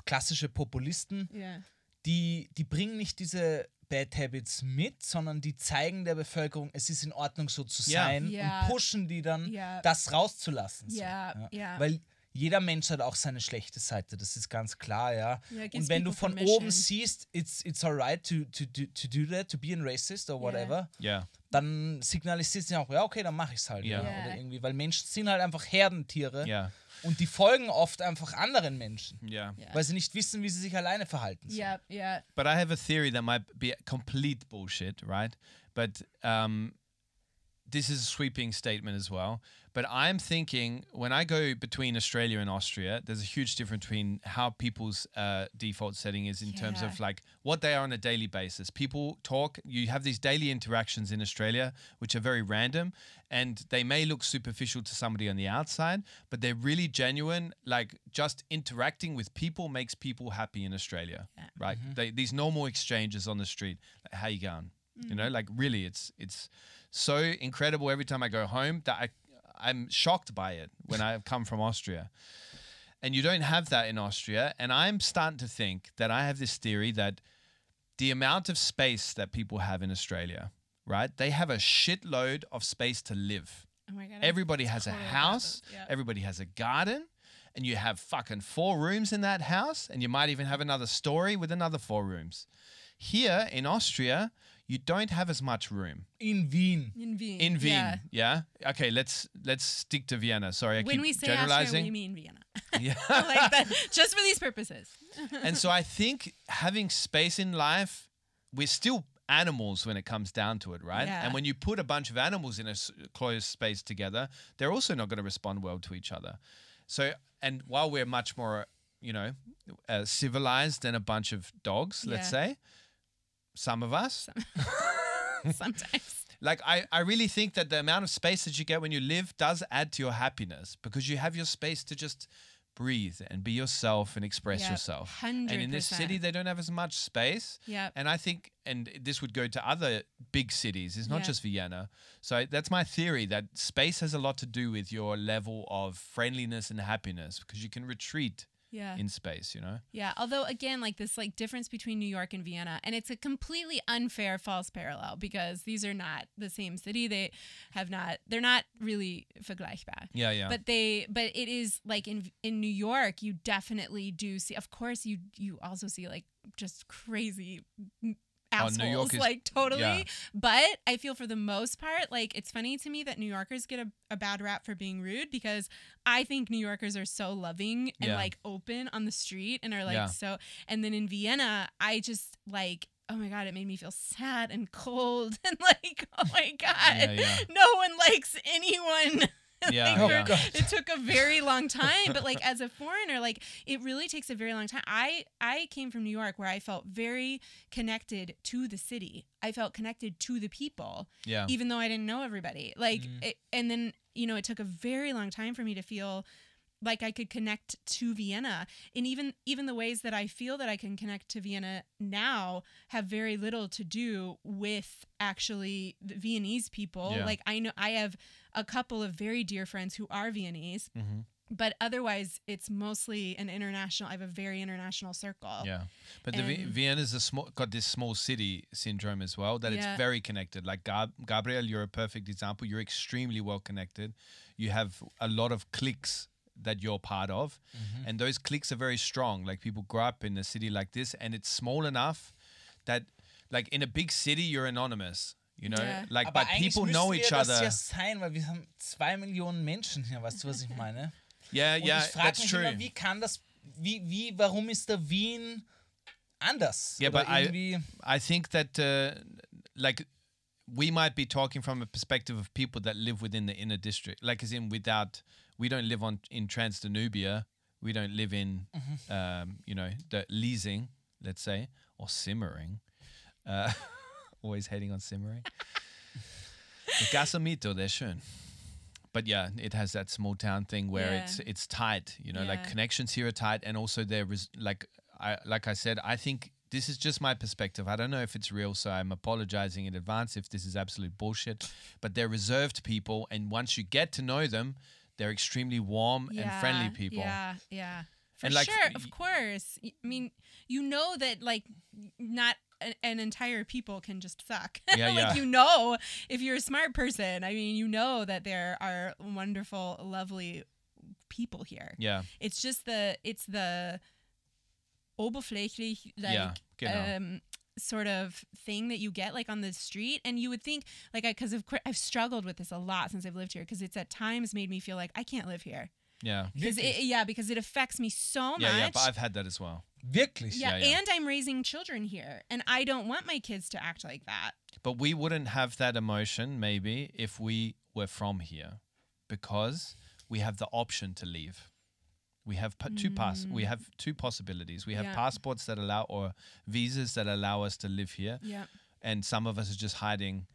S3: klassische Populisten,
S4: Yeah.
S3: die, die bringen nicht diese Bad Habits mit, sondern die zeigen der Bevölkerung, es ist in Ordnung, so zu
S2: Ja.
S3: sein
S4: Ja.
S3: und pushen die dann,
S4: Ja.
S3: das rauszulassen. So.
S4: Ja, ja.
S3: Weil jeder Mensch hat auch seine schlechte Seite, das ist ganz klar, ja.
S4: Ja, it
S3: und
S4: gives
S3: wenn du
S4: people
S3: von
S4: permission.
S3: oben siehst, it's, it's alright to, to, to, to do that, to be a racist or whatever,
S2: yeah,
S3: dann signalisierst du ja auch, ja, okay, dann mache ich es halt.
S2: Ja.
S3: Ja.
S4: Ja.
S3: Oder irgendwie, weil Menschen sind halt einfach
S4: Uh,
S3: Herdentiere
S2: yeah,
S3: und die folgen oft einfach anderen Menschen.
S2: yeah.
S4: Yeah.
S3: Weil sie nicht wissen, wie sie sich alleine verhalten sollen.
S4: Yeah, yeah.
S2: But I have a theory that might be complete bullshit, right? But um, this is a sweeping statement as well. But I'm thinking when I go between Australia and Austria, there's a huge difference between how people's uh, default setting is in terms
S4: Yeah.
S2: of like what they are on a daily basis. People talk, you have these daily interactions in Australia, which are very random and they may look superficial to somebody on the outside, but they're really genuine. Like just interacting with people makes people happy in Australia, right? They, these normal exchanges on the street, like, how you going? You know, like really, it's it's so incredible every time I go home that I I'm shocked by it when I come from Austria. And you don't have that in Austria. And I'm starting to think that I have this theory that the amount of space that people have in Australia, right? They have a shitload of space to live.
S4: Oh my god. I
S2: Everybody has a
S4: totally got
S2: house,
S4: this. Yeah.
S2: everybody has a garden, and you have fucking four rooms in that house, and you might even have another story with another four rooms. Here in Austria, you don't have as much room.
S3: In Wien.
S4: in Wien.
S2: In Wien,
S4: Yeah.
S2: yeah. Okay, let's let's stick to Vienna. Sorry, I
S4: When
S2: keep
S4: we say Austria,
S2: generalizing.
S4: we mean Vienna.
S2: yeah.
S4: like that, just for these purposes.
S2: and so I think having space in life, we're still animals when it comes down to it, right?
S4: Yeah.
S2: And when you put a bunch of animals in a s- closed space together, they're also not going to respond well to each other. So, and while we're much more, you know, uh, civilized than a bunch of dogs, let's
S4: Yeah.
S2: say, some of us,
S4: Sometimes.
S2: like I, I really think that the amount of space that you get when you live does add to your happiness because you have your space to just breathe and be yourself and express
S4: Yep,
S2: yourself and in this
S4: 100%.
S2: city they don't have as much space
S4: Yep.
S2: and i think and this would go to other big cities it's not
S4: Yeah.
S2: just vienna so that's my theory that space has a lot to do with your level of friendliness and happiness because you can retreat
S4: Yeah.
S2: in space you know
S4: Yeah, although again, like this like difference between New York and Vienna, and it's a completely unfair false parallel because these are not the same city. They have not they're not really vergleichbar.
S2: yeah yeah
S4: But they but it is like in in New York, you definitely do see of course you you also see like just crazy assholes
S2: Oh, New York is-
S4: like totally
S2: yeah.
S4: but i feel for the most part like it's funny to me that new yorkers get a, a bad rap for being rude because i think new yorkers are so loving and
S2: Yeah.
S4: like open on the street and are like
S2: Yeah.
S4: so and then in vienna i just like oh my god it made me feel sad and cold and like oh my god
S2: Yeah, yeah.
S4: no one likes anyone
S2: yeah,
S4: like,
S2: yeah.
S4: for- it took a very long time but like as a foreigner like it really takes a very long time i i came from new york where i felt very connected to the city i felt connected to the people
S2: Yeah.
S4: even though i didn't know everybody like
S2: Mm.
S4: it, and then you know it took a very long time for me to feel like i could connect to vienna and even even the ways that i feel that i can connect to vienna now have very little to do with actually the viennese people
S2: Yeah.
S4: like i know i have a couple of very dear friends who are viennese
S2: Mhm.
S4: but otherwise it's mostly an international i have a very international circle
S2: Yeah, but the v-
S4: And-
S2: Vienna's a small, got this small city syndrome as well. That
S4: Yeah.
S2: it's very connected. Like Gab- Gabriel, you're a perfect example. You're extremely well connected. You have a lot of cliques that you're part of,
S3: Mm-hmm.
S2: and those cliques are very strong. Like people grow up in a city like this, and it's small enough that, like in a big city, you're anonymous. You know,
S4: Yeah.
S2: like
S3: Aber
S2: but
S3: eigentlich
S2: people
S3: müssten
S2: know
S3: wir
S2: each
S3: das
S2: other.
S3: ja sein, weil wir haben zwei Millionen Menschen hier, weißt du, was ich meine?
S2: Yeah,
S3: Und
S2: yeah,
S3: ich frage
S2: that's
S3: mich
S2: true.
S3: immer, wie kann das, wie, wie, warum ist der Wien anders?
S2: Yeah,
S3: Oder
S2: but I-
S3: irgendwie-
S2: I think that uh, like we might be talking from a perspective of people that live within the inner district, like as in without we don't live on in Transdanubia, we don't live in um, you know the leasing, let's say, or simmering. Uh, always hating on simmering. Gasamito, they're schön. But yeah, it has that small town thing where
S4: Yeah.
S2: it's it's tight, you know, like
S4: Yeah.
S2: connections here are tight, and also there is like I like I said, I think this is just my perspective. I don't know if it's real, so I'm apologizing in advance if this is absolute bullshit. But they're reserved people, and once you get to know them, they're extremely warm and friendly people.
S4: Yeah, yeah. For
S2: And, like,
S4: sure,
S2: y-
S4: of course. Y- I mean, you know that like not an, an entire people can just suck.
S2: Yeah,
S4: like
S2: yeah.
S4: you know, if you're a smart person, I mean, you know that there are wonderful, lovely people here.
S2: Yeah,
S4: It's just the it's the oberflächlich like
S2: Yeah, genau.
S4: um sort of thing that you get like on the street and you would think like I cuz of course I've struggled with this a lot since I've lived here cuz it's at times made me feel like I can't live here.
S2: yeah,
S4: Because it, yeah, because it affects me so much.
S2: yeah, yeah. But I've had that as well.
S3: Wirklich?
S4: yeah,
S2: yeah, yeah.
S4: and I'm raising children here, and I don't want my kids to act like that.
S2: But we wouldn't have that emotion maybe if we were from here because we have the option to leave. We have pa- two pass we have two possibilities. We have
S4: Mm. Yeah.
S2: passports that allow or visas that allow us to live here
S4: Yeah,
S2: and some of us are just hiding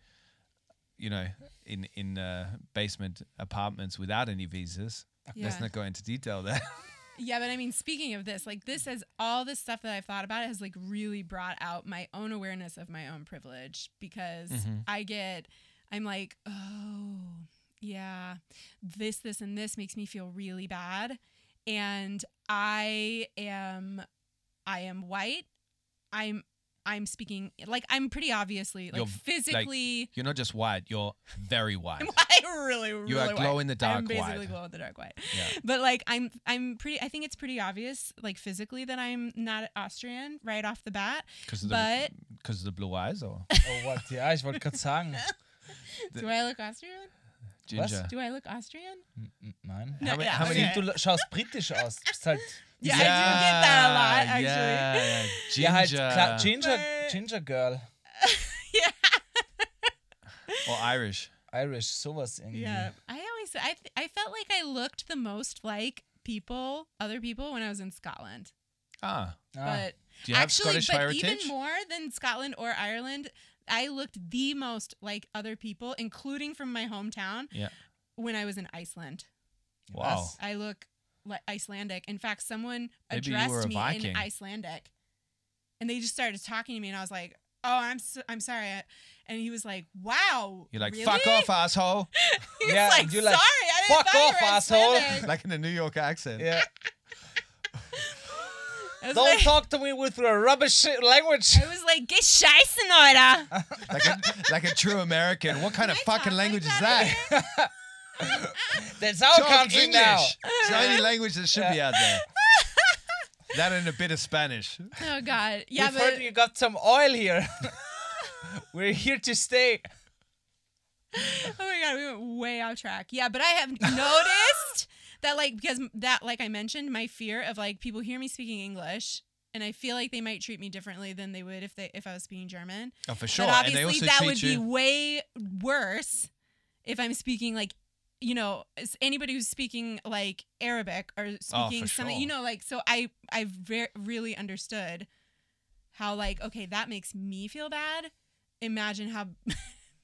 S2: you know in in uh, basement apartments without any visas.
S4: Yeah.
S2: Let's not go into detail there.
S4: yeah. But I mean, speaking of this, like this has all this stuff that I've thought about has like really brought out my own awareness of my own privilege because
S2: Mm-hmm.
S4: I get, I'm like, oh yeah, this, this, and this makes me feel really bad, and I am, I am white, I'm I'm speaking like I'm pretty obviously like
S2: You're v- like,
S4: physically.
S2: You're not just white, you're very white.
S4: I really, really
S2: You are
S4: white.
S2: glow in the dark
S4: I'm basically
S2: white.
S4: glow in the dark white.
S2: Yeah.
S4: But like I'm I'm pretty I think it's pretty obvious, like physically that I'm not Austrian right off the bat.
S2: Because of, the-
S4: But
S2: 'cause of the blue eyes or
S3: Oh, what? Ja, ich wollte gerade sagen.
S4: do I look Austrian?
S2: ginger.
S4: Do I look Austrian?
S3: N- Nein.
S4: No,
S2: many-
S4: yeah.
S2: how many-
S4: okay.
S3: Du l- schaust britisch aus. Du Bist halt,
S4: Yeah, I do get that a lot, actually.
S2: Yeah, ginger.
S3: ja, halt klar, Ginger,
S4: But-
S3: Ginger Girl.
S2: or Irish.
S3: Irish, sowas irgendwie.
S4: Yeah, I always I th- I felt like I looked the most like people, other people when I was in Scotland.
S2: Ah.
S3: Ah,
S4: But
S2: Do you have
S4: actually,
S2: Scottish
S4: but
S2: heritage?
S4: even more than Scotland or Ireland, I looked the most like other people, including from my hometown
S2: Yeah.
S4: when I was in Iceland.
S2: Wow.
S4: I look like Icelandic. In fact, someone
S2: Maybe you were
S4: addressed
S2: a
S4: me
S2: Viking.
S4: in Icelandic, and they just started talking to me, and I was like, "Oh, I'm so, I'm sorry," I- and he was like, "Wow,
S2: You're like,
S4: really?"
S2: fuck off, asshole.
S4: He was
S3: Yeah,
S4: like,
S3: and you're like,
S4: sorry, I didn't
S3: "Fuck
S4: know you
S3: off,
S4: were
S3: asshole."
S4: Icelandic."
S2: like in a New York accent.
S3: ja.
S4: I was
S3: Don't
S4: like,
S3: talk to me with your rubbish language.
S4: I was like, "Get scheißen, Alter."
S2: Like, a, like a true American. What kind of
S4: I
S2: fucking
S4: talk
S2: language
S4: like
S2: is
S4: that
S2: that?
S3: That's our
S2: Talk
S3: country
S2: English.
S3: now.
S2: It's the only language that should be out there. That and a bit of Spanish.
S4: Oh God, yeah,
S3: We've
S4: but
S3: heard you got some oil here. We're here to stay.
S4: Oh my god, we went way off track. Yeah, but I have noticed that like because that like I mentioned my fear of like people hear me speaking English and I feel like they might treat me differently than they would if they if I was speaking German.
S2: Oh, for sure.
S4: But
S2: And they
S4: obviously
S2: also
S4: that
S2: treat
S4: would
S2: you.
S4: be way worse if I'm speaking like you know s- anybody who's speaking like Arabic or speaking
S2: Oh, for
S4: something
S2: sure.
S4: you know like so I I've ver- really understood how like okay that makes me feel bad. Imagine how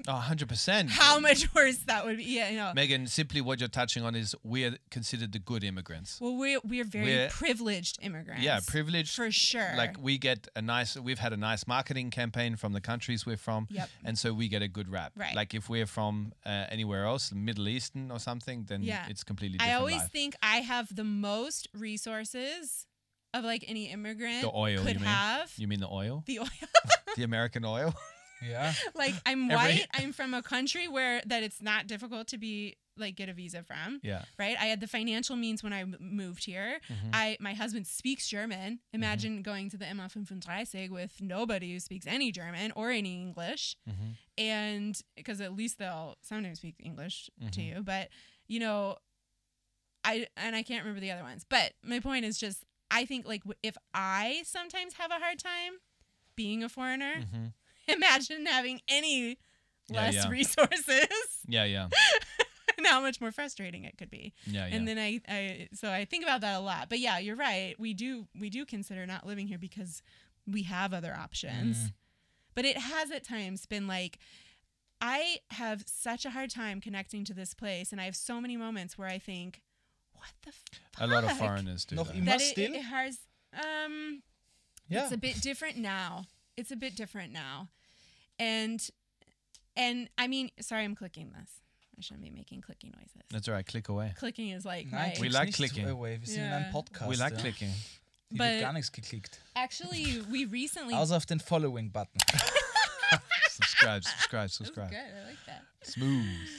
S2: Oh, 100%.
S4: how much worse that would be. Yeah, you know.
S2: Megan, simply what you're touching on is we're considered the good immigrants.
S4: Well, we're we're very
S2: We're-
S4: privileged immigrants.
S2: Yeah, privileged.
S4: for sure.
S2: Like we get a nice, we've had a nice marketing campaign from the countries we're from,
S4: Yep.
S2: and so we get a good rap.
S4: Right.
S2: Like if we're from uh, anywhere else, Middle Eastern or something, then
S4: Yeah.
S2: it's completely
S4: I
S2: different.
S4: always
S2: life.
S4: think I have the most resources of like any immigrant
S2: the oil.
S4: could
S2: you mean?
S4: have.
S2: You mean the oil?
S4: the oil,
S2: the American oil?
S3: Yeah.
S4: like I'm
S2: Every-
S4: white. I'm from a country where that it's not difficult to be like get a visa from.
S2: yeah. Mm-hmm.
S4: Right. I had the financial means when I m- moved here. I my husband speaks German. Imagine going to the MA 35 with nobody who speaks any German or any English.
S2: Mhm.
S4: and because at least they'll sometimes speak English
S2: Mm-hmm.
S4: to you, but you know, I and I can't remember the other ones, but my point is just I think like w- if I sometimes have a hard time being a foreigner,
S2: Mhm.
S4: imagine having any
S2: Yeah,
S4: less
S2: yeah.
S4: resources
S2: Yeah, yeah,
S4: and how much more frustrating it could be.
S2: yeah, Uh, yeah.
S4: And then I, I so I think about that a lot. But yeah, you're right. We do we do consider not living here because we have other options.
S2: Mm.
S4: But it has at times been like I have such a hard time connecting to this place and I have so many moments where I think what the fuck?
S2: a lot of foreigners do
S3: Noch
S2: that.
S3: im-
S4: that
S3: Must
S4: it, it,
S3: still?
S4: has um
S3: Yeah.
S4: it's a bit different now. It's a bit different now. And and I mean, sorry I'm clicking this. I shouldn't be making clicking noises.
S2: That's all right. Click away.
S4: clicking is like
S3: Nein,
S4: my
S2: We
S3: klick's
S2: like
S3: nicht
S2: clicking.
S3: Away. Wir sind in
S4: Ja.
S3: einem Podcast.
S2: we like
S3: ja.
S2: clicking.
S3: Hier
S4: But-
S3: wird gar nichts geklickt.
S4: Actually, we recently.
S3: Außer auf den Following-Button.
S2: subscribe, subscribe,
S4: That was
S2: subscribe.
S4: good. I like that.
S2: Smooth.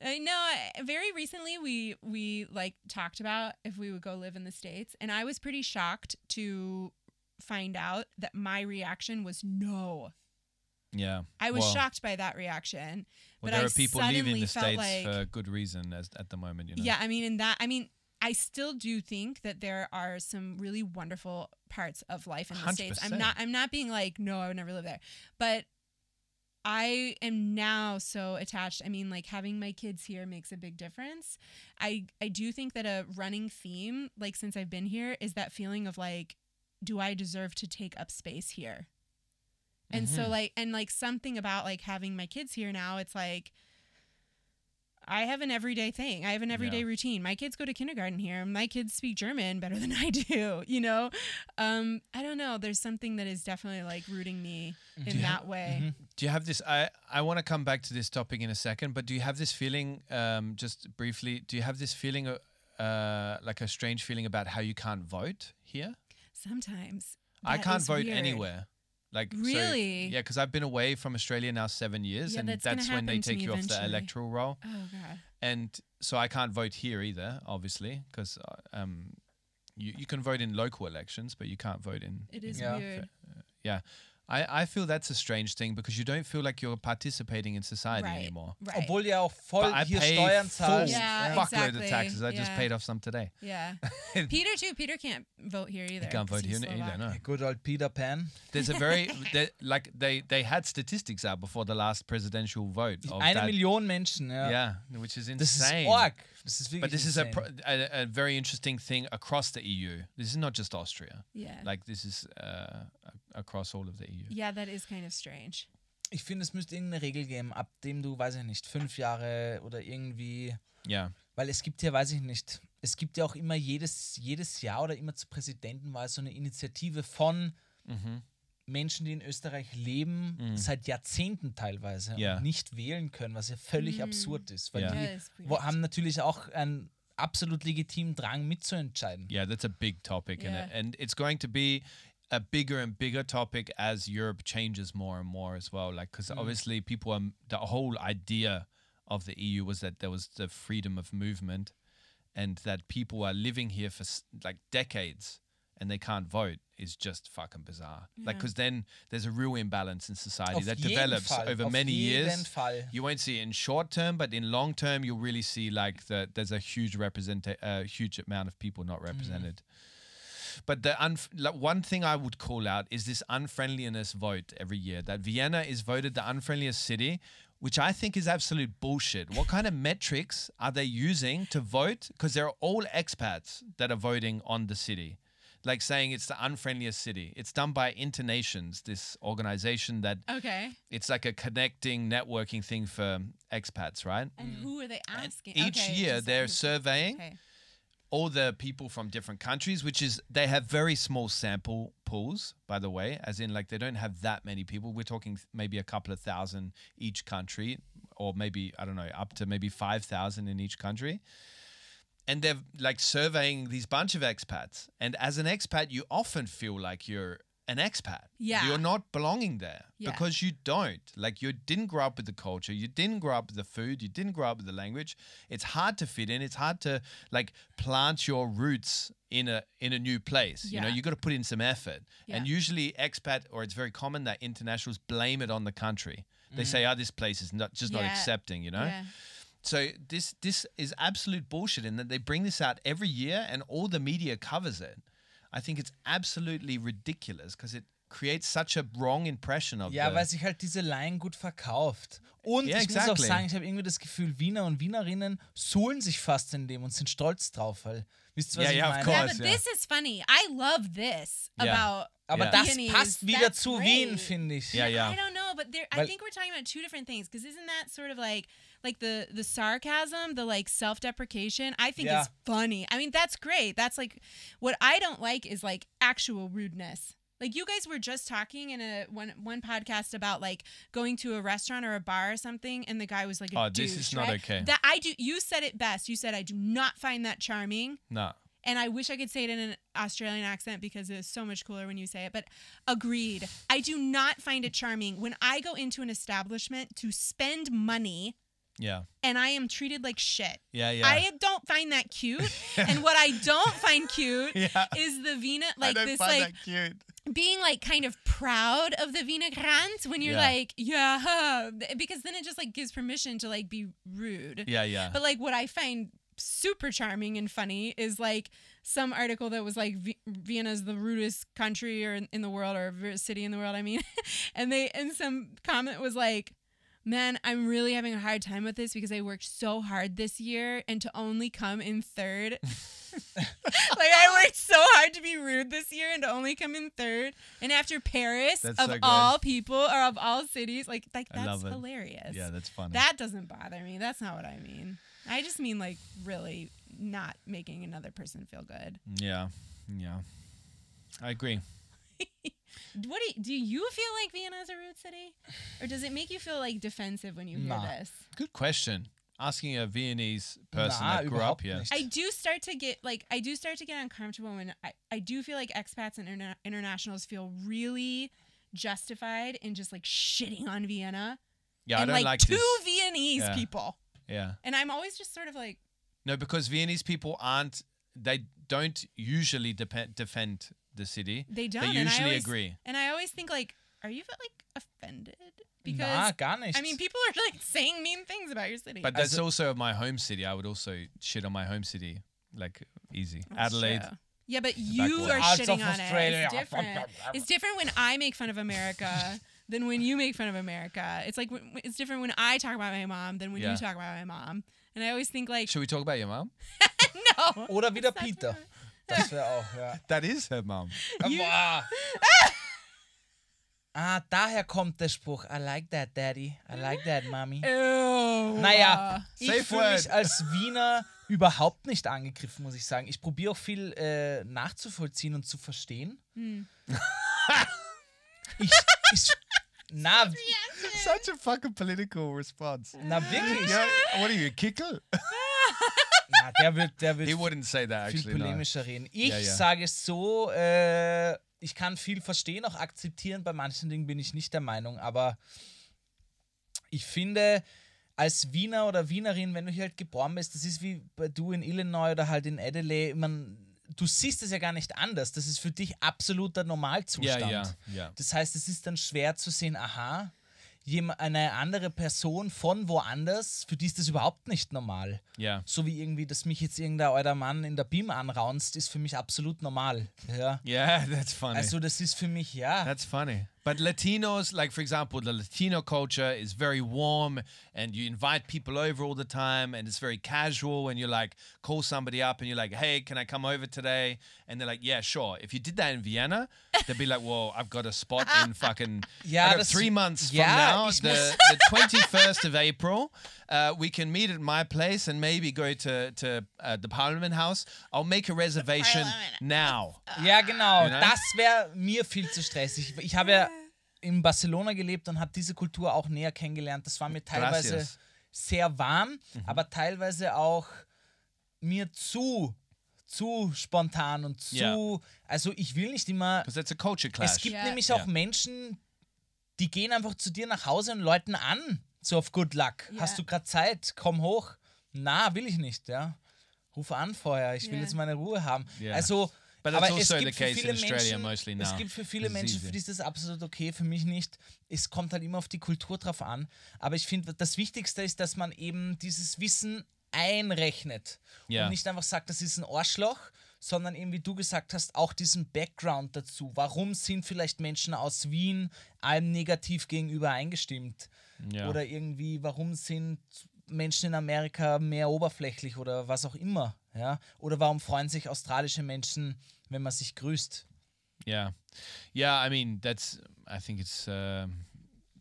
S4: I know. I- Very recently, we we like talked about if we would go live in the states, and I was pretty shocked to find out that my reaction was no.
S2: Yeah.
S4: I was
S2: Well,
S4: shocked by that reaction.
S2: Well,
S4: but
S2: there
S4: I
S2: are people leaving the
S4: suddenly felt
S2: states
S4: like-
S2: for good reason as, at the moment. You know.
S4: Yeah, I mean, in that, I mean, I still do think that there are some really wonderful parts of life in the states. I'm
S2: 100%.
S4: not, I'm not being like, no, I would never live there, but I am now so attached. I mean, like having my kids here makes a big difference. I, I do think that a running theme, like since I've been here, is that feeling of like, do I deserve to take up space here? And so
S2: Mm-hmm.
S4: like and like something about like having my kids here now, it's like I have an everyday thing. I have an everyday
S2: Yeah.
S4: routine. My kids go to kindergarten here. My kids speak German better than I do, you know? Um, I don't know. There's something that is definitely like rooting me in
S2: you
S4: that way.
S2: Do you have this? I I want to come back to this topic in a second, but do you have this feeling? Um, just briefly, do you have this feeling, uh, uh, like a strange feeling about how you can't vote here?
S4: Sometimes.
S2: I
S4: That
S2: can't
S4: is
S2: vote
S4: weird.
S2: anywhere. Like so-
S4: Really?
S2: yeah, because I've been away from Australia now seven years,
S4: Yeah,
S2: and
S4: that's
S2: that's,
S4: gonna
S2: when they
S4: happen to
S2: take
S4: me
S2: you off the
S4: eventually.
S2: electoral roll,
S4: Oh god.
S2: and so I can't vote here either, obviously, because um, you you can vote in local elections, but you can't vote in.
S4: It is
S3: Yeah.
S4: weird.
S2: Yeah, I I feel that's a strange thing because you don't feel like you're participating in society
S4: Right.
S2: anymore.
S4: Right.
S3: Obwohl ja auch voll
S2: But I
S3: hier
S2: pay
S3: Steuern
S2: full
S3: zahlst.
S4: Yeah,
S2: fuckload
S4: exactly.
S2: of taxes. I just
S4: Yeah.
S2: paid off some today.
S4: Yeah. Peter too. Peter can't vote here either.
S2: I can't
S4: 'cause
S2: vote here
S4: he's
S2: either.
S4: Slovak.
S2: No.
S3: Good old Peter Pan.
S2: There's a very there- like they they had statistics out before the last presidential vote. Of
S3: Eine
S2: that,
S3: Million Menschen, ja.
S2: Yeah, which is
S3: Das ist
S2: insane.
S3: arg. Das ist wirklich
S2: But this is a,
S3: insane.
S2: pro- a a very interesting thing across the EU. This is not just Austria.
S4: Yeah.
S2: Like this is uh, a- across all of the E EU.
S4: yeah, that is kind of strange.
S3: ich finde, es müsste irgendeine Regel geben, ab dem du, weiß ich nicht, fünf Jahre oder irgendwie
S2: Yeah.
S3: Weil es gibt ja, weiß ich nicht, es gibt ja auch immer jedes, jedes Jahr oder immer zur Präsidentenwahl so eine Initiative von
S2: Mhm.
S3: Menschen, die in Österreich leben, seit Jahrzehnten teilweise
S2: Ja.
S3: und nicht wählen können, was ja völlig absurd ist. Weil
S2: Ja.
S4: Mhm. Ja,
S3: die
S4: das ist weird.
S3: wo, haben natürlich auch einen absolut legitimen Drang mitzuentscheiden.
S2: Yeah, that's a big topic, in
S4: Yeah.
S2: it? and it's going to be a bigger and bigger topic as Europe changes more and more as well. Like, because obviously, people are the whole idea of the EU was that there was the freedom of movement, and that people are living here for s- like decades and they can't vote is just fucking bizarre. Like, because then there's a real imbalance in society
S3: Auf
S2: that
S3: jeden
S2: develops
S3: Fall,
S2: over
S3: auf
S2: many
S3: jeden
S2: years.
S3: Fall.
S2: You won't see it in short term, but in long term, you'll really see like that there's a huge represent uh, huge amount of people not represented. But the unf- like one thing I would call out is this unfriendliness vote every year. That Vienna is voted the unfriendliest city, which I think is absolute bullshit. What kind of metrics are they using to vote? Because they're all expats that are voting on the city. Like saying it's the unfriendliest city. It's done by Internations, this organization that
S4: Okay.
S2: it's like a connecting networking thing for expats, right?
S4: And who are they asking?
S2: Mm. Each
S4: Okay,
S2: year
S4: just
S2: they're
S4: who-
S2: surveying
S4: Okay.
S2: all the people from different countries, which is they have very small sample pools, by the way, as in like they don't have that many people. We're talking maybe a couple of thousand each country, or maybe I don't know, up to maybe five thousand in each country. And they're like surveying these bunch of expats. And as an expat, you often feel like you're an expat.
S4: Yeah.
S2: You're not belonging there
S4: Yeah.
S2: because you don't. Like you didn't grow up with the culture, you didn't grow up with the food, you didn't grow up with the language. It's hard to fit in. It's hard to like plant your roots in a in a new place. You know,
S4: Yeah.
S2: you got to put in some effort. And
S4: Yeah.
S2: usually expat or it's very common that internationals blame it on the country. They say, "Oh, this place is not just not
S4: Mm-hmm. Yeah.
S2: accepting," you know?
S4: Yeah.
S2: So this this is absolute bullshit in that they bring this out every year and all the media covers it. I think it's absolutely ridiculous because it creates such a wrong impression of
S3: Ja,
S2: the-
S3: weil sich halt diese Laien gut verkauft. Und
S2: Ja,
S3: ich muss
S2: exactly.
S3: auch sagen, ich habe irgendwie das Gefühl, Wiener und Wienerinnen suhlen sich fast in dem und sind stolz drauf, weil wisst ihr, was
S2: Ja,
S3: ich
S2: ja, of
S3: meine?
S2: course.
S4: Yeah, but
S2: yeah.
S4: this is funny. I love this about.
S3: Aber
S2: Ja.
S3: das
S4: Viennese,
S3: passt wieder
S4: that's
S3: zu
S4: great.
S3: Wien, finde ich.
S2: Ja, ja.
S4: I don't know, but there, I
S3: Weil-
S4: think we're talking about two different things because isn't that sort of like like the the sarcasm, the like self deprecation? I think
S3: Yeah.
S4: is funny. I mean, that's great. That's like what I don't like is like actual rudeness. Like you guys were just talking in a one one podcast about like going to a restaurant or a bar or something, and the guy was like, a
S2: Oh, this
S4: douche,
S2: is not
S4: right?
S2: okay.
S4: That I do. You said it best. You said I do not find that charming
S2: No.
S4: and I wish I could say it in an Australian accent because it is so much cooler when you say it, but agreed. I do not find it charming when I go into an establishment to spend money
S2: Yeah.
S4: and I am treated like shit.
S2: Yeah, yeah.
S4: I don't find that cute. and what I don't find cute
S2: Yeah.
S4: is the Vina, like
S2: I don't
S4: this,
S2: find
S4: like
S2: that cute.
S4: being like kind of proud of the Vina Grant when you're
S2: Yeah.
S4: like, yeah, huh," because then it just like gives permission to like be rude.
S2: Yeah, yeah.
S4: But like what I find super charming and funny is like some article that was like v- Vienna's the rudest country or in, in the world or v- city in the world. I mean, and they and some comment was like. Man, I'm really having a hard time with this because I worked so hard this year and to only come in third. like I worked so hard to be rude this year and to only come in third. And after Paris
S2: That's
S4: of
S2: so good.
S4: all people or of all cities, like like
S2: I
S4: that's
S2: love it.
S4: hilarious.
S2: yeah, that's funny.
S4: That doesn't bother me. That's not what I mean. I just mean like really not making another person feel good.
S2: yeah. Yeah. I agree.
S4: What do you, do you feel like Vienna is a rude city, or does it make you feel like defensive when you hear
S3: Nah.
S4: this?
S2: Good question. Asking a Viennese person
S3: Nah,
S2: that grew up
S3: überhaupt
S2: here.
S3: nicht.
S4: I do start to get like I do start to get uncomfortable when I I do feel like expats and interna- internationals feel really justified in just like shitting on Vienna
S2: Yeah, I
S4: and
S2: don't like,
S4: like, two
S2: this.
S4: Viennese
S2: Yeah.
S4: people.
S2: yeah.
S4: And I'm always just sort of like,
S2: No, because Viennese people aren't, they don't usually depend, defend the city.
S4: they don't.
S2: They
S4: and I
S2: usually
S4: always,
S2: agree.
S4: And I always think like, are you like offended? Because
S3: Na, gar nicht.
S4: I mean, people are like saying mean things about your city.
S2: But that's
S3: Also-
S2: also my home city. I would also shit on my home city, like easy.
S4: That's
S2: Adelaide.
S4: true. Yeah, but you
S2: backward. Ah,
S4: are
S3: Out of
S4: shitting on
S3: Australia.
S4: it. It's different. it's different when I make fun of America than when you make fun of America. It's like when- it's different when I talk about my mom than when
S2: Yeah.
S4: you talk about my mom. And I always think like,
S2: Should we talk about your mom?
S4: no,
S3: Oder wieder Peter. Das wäre auch, ja.
S2: That is her mom.
S3: Boah. Ah, daher kommt der Spruch. I like that, Daddy. I like that, Mami.
S4: Äh, ew.
S3: Naja, ich
S2: Safe
S3: fühle mich
S2: word.
S3: als Wiener überhaupt nicht angegriffen, muss ich sagen. Ich probiere auch viel äh, nachzuvollziehen und zu verstehen.
S2: Hm.
S3: ich, ich, na,
S2: Such a fucking political response.
S3: na wirklich.
S2: Yeah, what are you, Kickel?
S3: Na, der wird, der wird
S2: He wouldn't say that
S3: viel
S2: actually. No.
S3: polemischer reden. Ich
S2: Ja, ja.
S3: sage es so, äh, ich kann viel verstehen, auch akzeptieren. Bei manchen Dingen bin ich nicht der Meinung, aber ich finde, als Wiener oder Wienerin, wenn du hier halt geboren bist, das ist wie bei du in Illinois oder halt in Adelaide, man, du siehst es ja gar nicht anders. Das ist für dich absoluter Normalzustand.
S2: Ja, ja, ja.
S3: Das heißt, es ist dann schwer zu sehen, aha, jem- eine andere Person von woanders, für die ist das überhaupt nicht normal.
S2: Yeah.
S3: So wie irgendwie, dass mich jetzt irgendein alter Mann in der Beam anraunzt, ist für mich absolut normal. Ja.
S2: Yeah, that's funny.
S3: Also das ist für mich, ja.
S2: That's funny. But Latinos, like for example, the Latino culture is very warm and you invite people over all the time and it's very casual and you like call somebody up and you're like, hey, can I come over today? And they're like, yeah, sure. If you did that in Vienna, they'd be like, well, I've got a spot in fucking
S3: Yeah,
S2: I got
S3: that's-
S2: three months
S3: Yeah, it's
S2: from now, the, the 21st of April. Uh, we can meet at my place and maybe go to, to uh, the Parliament House. I'll make a reservation
S4: Parliament
S2: now.
S3: Ja, genau.
S2: Ja.
S3: Das wäre mir viel zu stressig. Ich habe ja in Barcelona gelebt und habe diese Kultur auch näher kennengelernt. Das war mir teilweise
S2: Gracias. Mhm.
S3: sehr warm, aber teilweise auch mir zu zu spontan und zu
S2: Ja.
S3: also ich will nicht immer
S2: Because that's a culture clash.
S3: Es gibt
S4: Ja.
S3: nämlich auch
S2: Ja.
S3: Menschen, die gehen einfach zu dir nach Hause und läuten an. So auf Good Luck.
S4: Ja.
S3: Hast du gerade Zeit? Komm hoch. Na, will ich nicht, ja. Ruf an vorher, ich will
S4: Ja.
S3: jetzt meine Ruhe haben.
S2: Ja.
S3: Also,
S2: But that's
S3: aber es
S2: also
S3: gibt
S2: the
S3: für
S2: case
S3: viele
S2: in Australia
S3: Menschen,
S2: mostly
S3: es
S2: now.
S3: gibt für viele
S2: This is
S3: Menschen,
S2: easy.
S3: für die ist das absolut okay, für mich nicht. Es kommt halt immer auf die Kultur drauf an. Aber ich finde, das Wichtigste ist, dass man eben dieses Wissen einrechnet
S2: Ja.
S3: und nicht einfach sagt, das ist ein Arschloch, sondern eben, wie du gesagt hast, auch diesen Background dazu. Warum sind vielleicht Menschen aus Wien allem negativ gegenüber eingestimmt?
S2: Ja.
S3: Oder irgendwie, warum sind Menschen in Amerika mehr oberflächlich oder was auch immer? Ja? Oder warum freuen sich australische Menschen, wenn man sich grüßt?
S2: Yeah, yeah. I mean, that's. I think it's um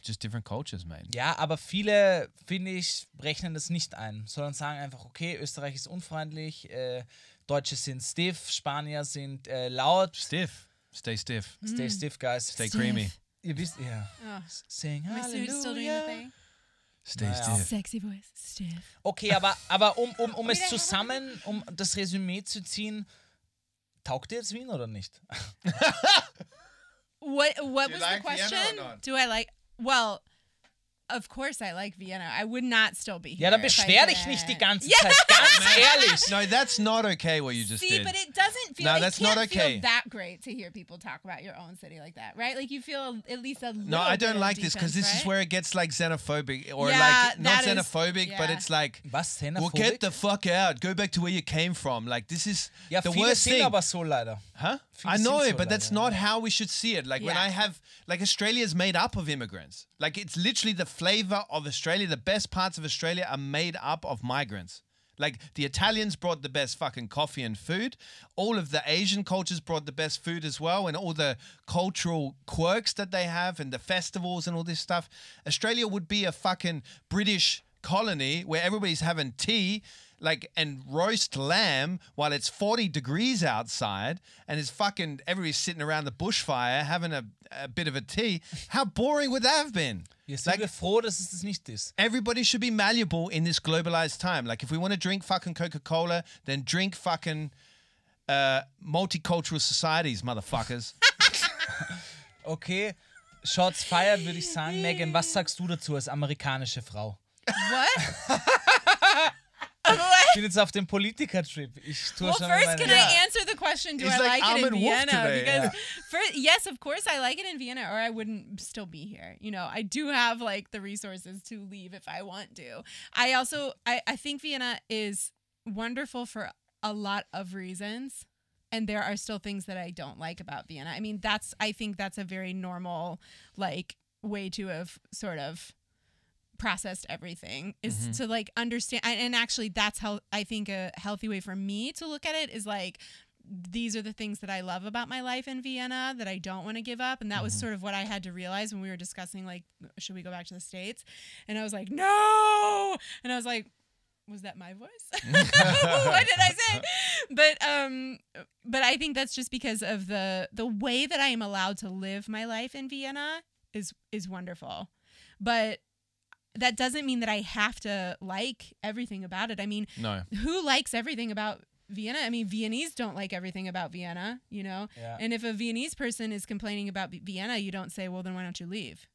S2: just different cultures, man.
S3: Ja, aber viele, finde ich, rechnen das nicht ein, sondern sagen einfach, okay, Österreich ist unfreundlich, äh, Deutsche sind stiff, Spanier sind äh, laut.
S2: Stiff. Stay stiff.
S3: Stay stiff, guys.
S2: Mm. Stay creamy.
S3: Ihr wisst, ja.
S4: Oh.
S3: Sing
S4: Am I still- still doing the
S3: Hallelujah.
S4: thing?
S2: Stay
S3: Naja.
S2: stiff.
S4: Sexy voice, stiff.
S3: Okay, aber, aber um, um, um es
S4: Wieder-
S3: zusammen, um das Resümee zu ziehen, taugt dir jetzt Wien oder nicht?
S4: What What
S2: Do you like
S4: was the
S2: Vienna or
S4: question?
S2: not?
S4: Do I like? Well, of course I like Vienna. I would not still be here.
S3: Ja, dann
S4: if I
S3: beschwer dich
S4: didn't.
S3: nicht die ganze Zeit, ganz ehrlich.
S2: No, that's not okay. What you just
S4: See,
S2: did.
S4: but it doesn't feel.
S2: No,
S4: it
S2: that's
S4: can't
S2: not okay.
S4: Feel that great to hear people talk about your own city like that, right? Like you feel at least a little.
S2: no, I
S4: bit
S2: don't
S4: of
S2: like this because
S4: defense,
S2: this is
S4: right?
S2: where it gets like xenophobic or
S4: Yeah,
S2: like not
S4: that is-
S2: xenophobic, but
S4: yeah.
S2: it's like.
S3: Was,
S2: Well,
S3: xenophobic?
S2: get the fuck out. Go back to where you came from. Like this is
S3: ja,
S2: the
S3: viele
S2: worst
S3: sind
S2: thing.
S3: aber so leider.
S2: Huh?
S3: Viele
S2: I
S3: sind
S2: know
S3: so
S2: it, but that's
S3: leider,
S2: not how we should see it. Like when
S4: Yeah.
S2: I have, like Australia's made up of immigrants. Like it's literally the flavor of Australia. The best parts of Australia are made up of migrants. Like the Italians brought the best fucking coffee and food. All of the Asian cultures brought the best food as well, and all the cultural quirks that they have, and the festivals and all this stuff. Australia would be a fucking British colony where everybody's having tea like and roast lamb while it's 40 degrees outside and it's fucking everybody's sitting around the bushfire having a, a bit of a tea how boring would that have been
S3: Jetzt sind
S2: like
S3: wir froh, dass es das nicht ist.
S2: everybody should be malleable in this globalized time like if we want to drink fucking coca-cola then drink fucking uh multicultural societies motherfuckers
S3: Okay, Shots fired, würde ich sagen. Megan, was sagst du dazu als amerikanische Frau?
S4: What?
S3: Ich bin jetzt auf dem Politiker-Trip. Ich tue
S4: Well,
S3: schon mal
S4: first,
S3: meine
S4: can I answer the question? Do
S2: It's
S4: I
S2: like
S4: like, it
S2: Armin
S4: in
S2: Wolf
S4: Vienna?
S2: today,
S4: because
S2: yeah.
S4: fir- yes, of course, I like it in Vienna, or I wouldn't still be here. You know, I do have like the resources to leave if I want to. I also, I, I think Vienna is wonderful for a lot of reasons, and there are still things that I don't like about Vienna. I mean, that's I think that's a very normal like way to have sort of processed everything is
S2: Mm-hmm.
S4: to like understand and- and actually that's how i think a healthy way for me to look at it is like these are the things that i love about my life in vienna that i don't want to give up and that was sort of what i had to realize when we were discussing like should we go back to the states and i was like no and i was like was that my voice what did i say but um but i think that's just because of the the way that i am allowed to live my life in vienna is is wonderful but that doesn't mean that I have to like everything about it. I mean,
S2: No.
S4: who likes everything about Vienna? I mean, Viennese don't like everything about Vienna, you know?
S3: Yeah.
S4: And if a Viennese person is complaining about Vi- Vienna, you don't say, well, then why don't you leave?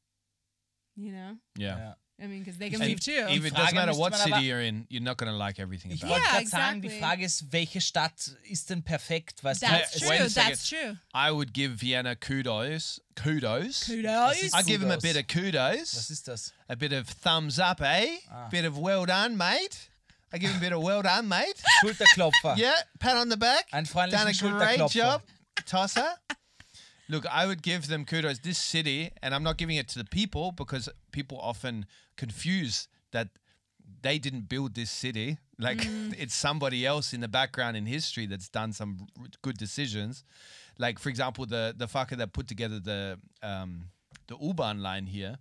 S4: You know?
S2: Yeah.
S3: Ja.
S4: I mean, because they can
S2: And
S4: leave too.
S2: Even
S3: Frage
S2: doesn't matter
S3: müsste
S2: what
S3: man aber-
S2: city you're in, you're not going to like everything
S3: Ich
S2: about
S3: wollte
S4: Yeah,
S3: gerade sagen, die
S4: exactly.
S3: Frage ist, welche Stadt ist denn perfekt? Weißt du,
S4: that's
S2: Hey,
S4: true.
S2: wait a
S4: That's
S2: second.
S4: true.
S2: it. I would give Vienna kudos. Kudos.
S4: Kudos.
S2: I'd give him a
S3: Kudos.
S2: bit of
S3: was
S2: kudos,
S3: ist das?
S2: a bit of thumbs up, eh? Bit of well done, mate. I give him a bit of well done, mate.
S3: Schulterklopfer.
S2: Yeah, pat on the back.
S3: Einen
S2: Done a
S3: freundlichen
S2: great
S3: Schulterklopfer.
S2: job, Tosser. Look, I would give them kudos. This city, and I'm not giving it to the people because people often confuse that they didn't build this city. Like it's somebody else in the background in history that's done some r- good decisions. Like for example, the the fucker that put together the um, the U-Bahn line here,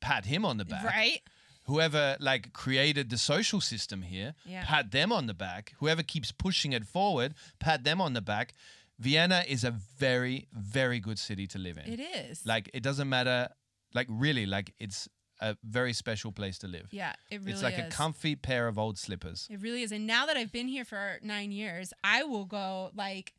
S2: pat him on the back
S4: Right?
S2: whoever like created the social system here,
S4: Yeah.
S2: pat them on the back. Whoever keeps pushing it forward, pat them on the back. Vienna is a very, very good city to live in.
S4: It is.
S2: Like it doesn't matter, like really, like it's a very special place to live.
S4: yeah, it really
S2: it's like
S4: is.
S2: a comfy pair of old slippers.
S4: It really is. And now that I've been here for nine years, I will go like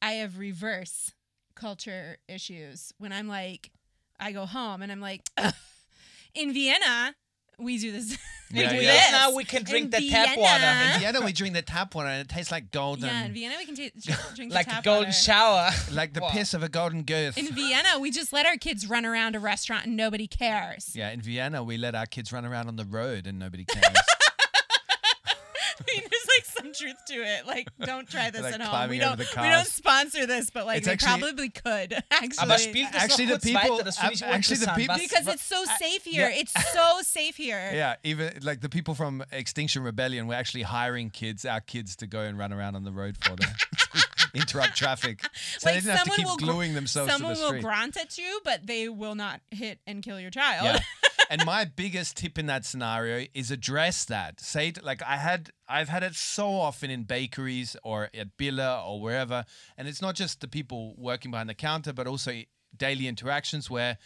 S4: I have reverse culture issues when I'm like, I go home and I'm like, in Vienna, we do this. we
S2: Yeah,
S4: do
S2: yeah.
S4: this.
S3: Vienna, we can drink
S4: in
S3: the tap water.
S4: Vienna-
S2: In Vienna, we drink the tap water and it tastes like golden,
S4: Yeah, in Vienna, we can ta- drink
S3: Like
S4: the
S3: a
S4: tap
S3: golden
S4: water.
S3: shower.
S2: like the
S3: Wow.
S2: piss of a golden goose.
S4: In Vienna, we just let our kids run around a restaurant and nobody cares.
S2: yeah, in Vienna, we let our kids run around on the road and nobody cares.
S4: I mean, there's like some truth to it. Like, don't try this
S2: Like
S4: at home.
S2: climbing
S4: We
S2: over
S4: don't,
S2: the
S4: we don't
S2: cars.
S4: sponsor this, but like,
S2: It's
S4: they
S2: actually-
S4: probably could. Actually,
S3: Aber spielt das
S2: Actually, the
S3: noch kurz
S2: people-
S3: weiter, das finde ich
S2: actually, the
S3: uninteressant.
S2: people-
S3: Was-
S4: because
S3: wa-
S4: it's so safe here. It's so safe here.
S2: Yeah, even like the people from Extinction Rebellion were actually hiring kids, our kids, to go and run around on the road for them, interrupt traffic, so they didn't have to keep
S4: gr-
S2: gluing themselves to
S4: Someone
S2: the
S4: will
S2: street.
S4: grunt at you, but they will not hit and kill your child.
S2: yeah. And my biggest tip in that scenario is address that. Say it like I had I've had it so often in bakeries or at Billa or wherever. And it's not just the people working behind the counter, but also daily interactions where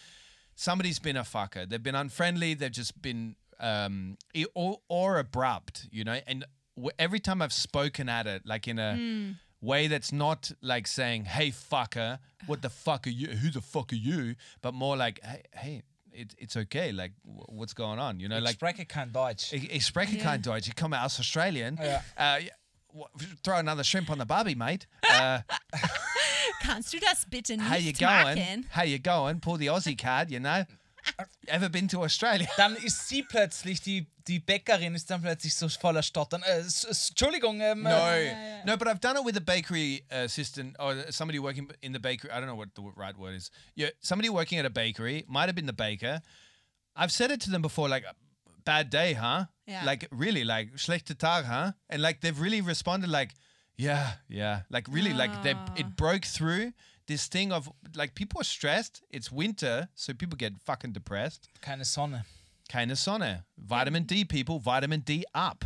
S2: somebody's been a fucker. They've been unfriendly. They've just been um i- or, or abrupt, you know. And w- every time I've spoken at it, like in a way that's not like saying, "Hey fucker, what the fuck are you? Who the fuck are you?" But more like, "Hey, hey, it, it's okay. Like, w- what's going on?" You know,
S3: Ich
S2: like e,
S3: spreche kein Deutsch.
S2: Ich, ich spreche kein Deutsch. Ich komme aus Australien.
S3: Ja.
S2: Uh, w- throw another shrimp on the barbie, mate. Uh,
S4: Kannst du das bitte nicht
S2: how you going?
S4: machen?
S2: How you going? Pull the Aussie card, you know. Ever been to Australia?
S3: Dann ist sie plötzlich, die, die Bäckerin ist dann plötzlich so voller Stottern. Äh, s- s- Entschuldigung, ähm,
S2: No,
S3: äh,
S2: no, but I've done it with a bakery assistant or somebody working in the bakery. I don't know what the right word is. Yeah, somebody working at a bakery might have been the baker. I've said it to them before, like, "Bad day, huh?"
S4: Yeah.
S2: Like really, like "schlechter Tag, huh?" And like they've really responded, like, "Yeah, yeah," like really, like they
S4: Ah.
S2: it broke through this thing of like people are stressed. It's winter, so people get fucking depressed.
S3: keine Sonne.
S2: Keine Sonne,
S4: Mm.
S2: vitamin D, people, vitamin D up.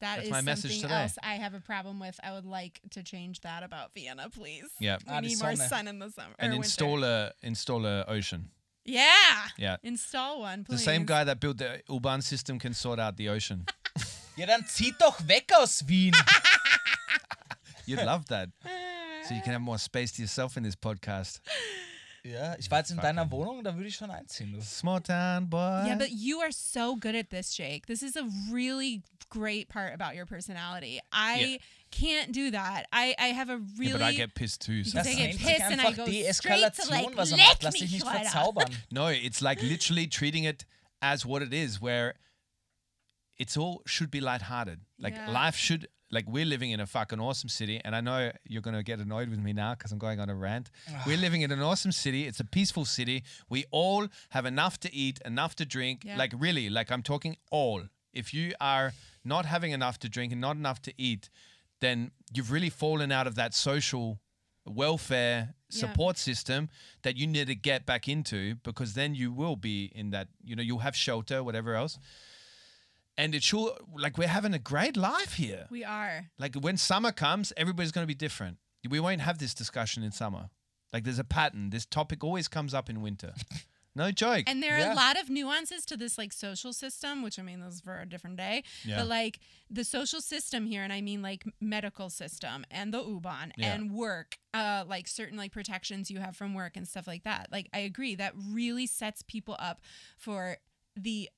S4: That
S2: That's
S4: is
S2: my message
S4: something
S2: today.
S4: else I have a problem with. I would like to change that about Vienna, please.
S2: Yeah.
S4: We
S3: Ah, die
S4: need more
S3: Sonne.
S4: sun in the summer.
S2: And
S4: or winter.
S2: install a install a ocean.
S4: Yeah.
S2: Yeah.
S4: Install one,
S2: The
S4: please.
S2: same guy that built the U-Bahn system can sort out the ocean.
S3: Ja, dann zieh doch weg aus Wien.
S2: You'd love that. So you can have more space to yourself in this podcast.
S3: Ja, ich war jetzt in deiner Wohnung, da würde ich schon einziehen. Du.
S2: Small town boy.
S4: Yeah, but you are so good at this, Jake. This is a really great part about your personality. I
S2: Yeah.
S4: can't do that. I, I have a
S2: yeah,
S4: really
S2: but I get pissed too.
S4: They
S3: Das
S4: get
S2: Sometimes.
S3: nennt sich
S4: pissed and I
S3: einfach
S4: go
S3: Deeskalation,
S4: straight to, like,
S3: was er
S4: "Leck
S3: macht. Lass dich
S4: mich,
S3: nicht
S4: Alter."
S3: verzaubern.
S2: No, it's like literally treating it as what it is, where it's all should be lighthearted. Like
S4: Yeah.
S2: life should. Like we're living in a fucking awesome city, and I know you're gonna get annoyed with me now because I'm going on a rant. we're living in an awesome city. It's a peaceful city. We all have enough to eat, enough to drink.
S4: Yeah.
S2: Like really, like I'm talking all. If you are not having enough to drink and not enough to eat, then you've really fallen out of that social welfare
S4: Yeah.
S2: support system that you need to get back into because then you will be in that you know you'll have shelter whatever else and it sure like we're having a great life here
S4: we are.
S2: like when summer comes everybody's going to be different we won't have this discussion in summer like there's a pattern this topic always comes up in winter no joke
S4: And there are
S3: Yeah.
S4: a lot of nuances to this like social system, which I mean those for a different day.
S2: Yeah.
S4: But like the social system here, and I mean like medical system and the Uban
S2: Yeah.
S4: and work, uh, like certain like protections you have from work and stuff like that. Like I agree that really sets people up for the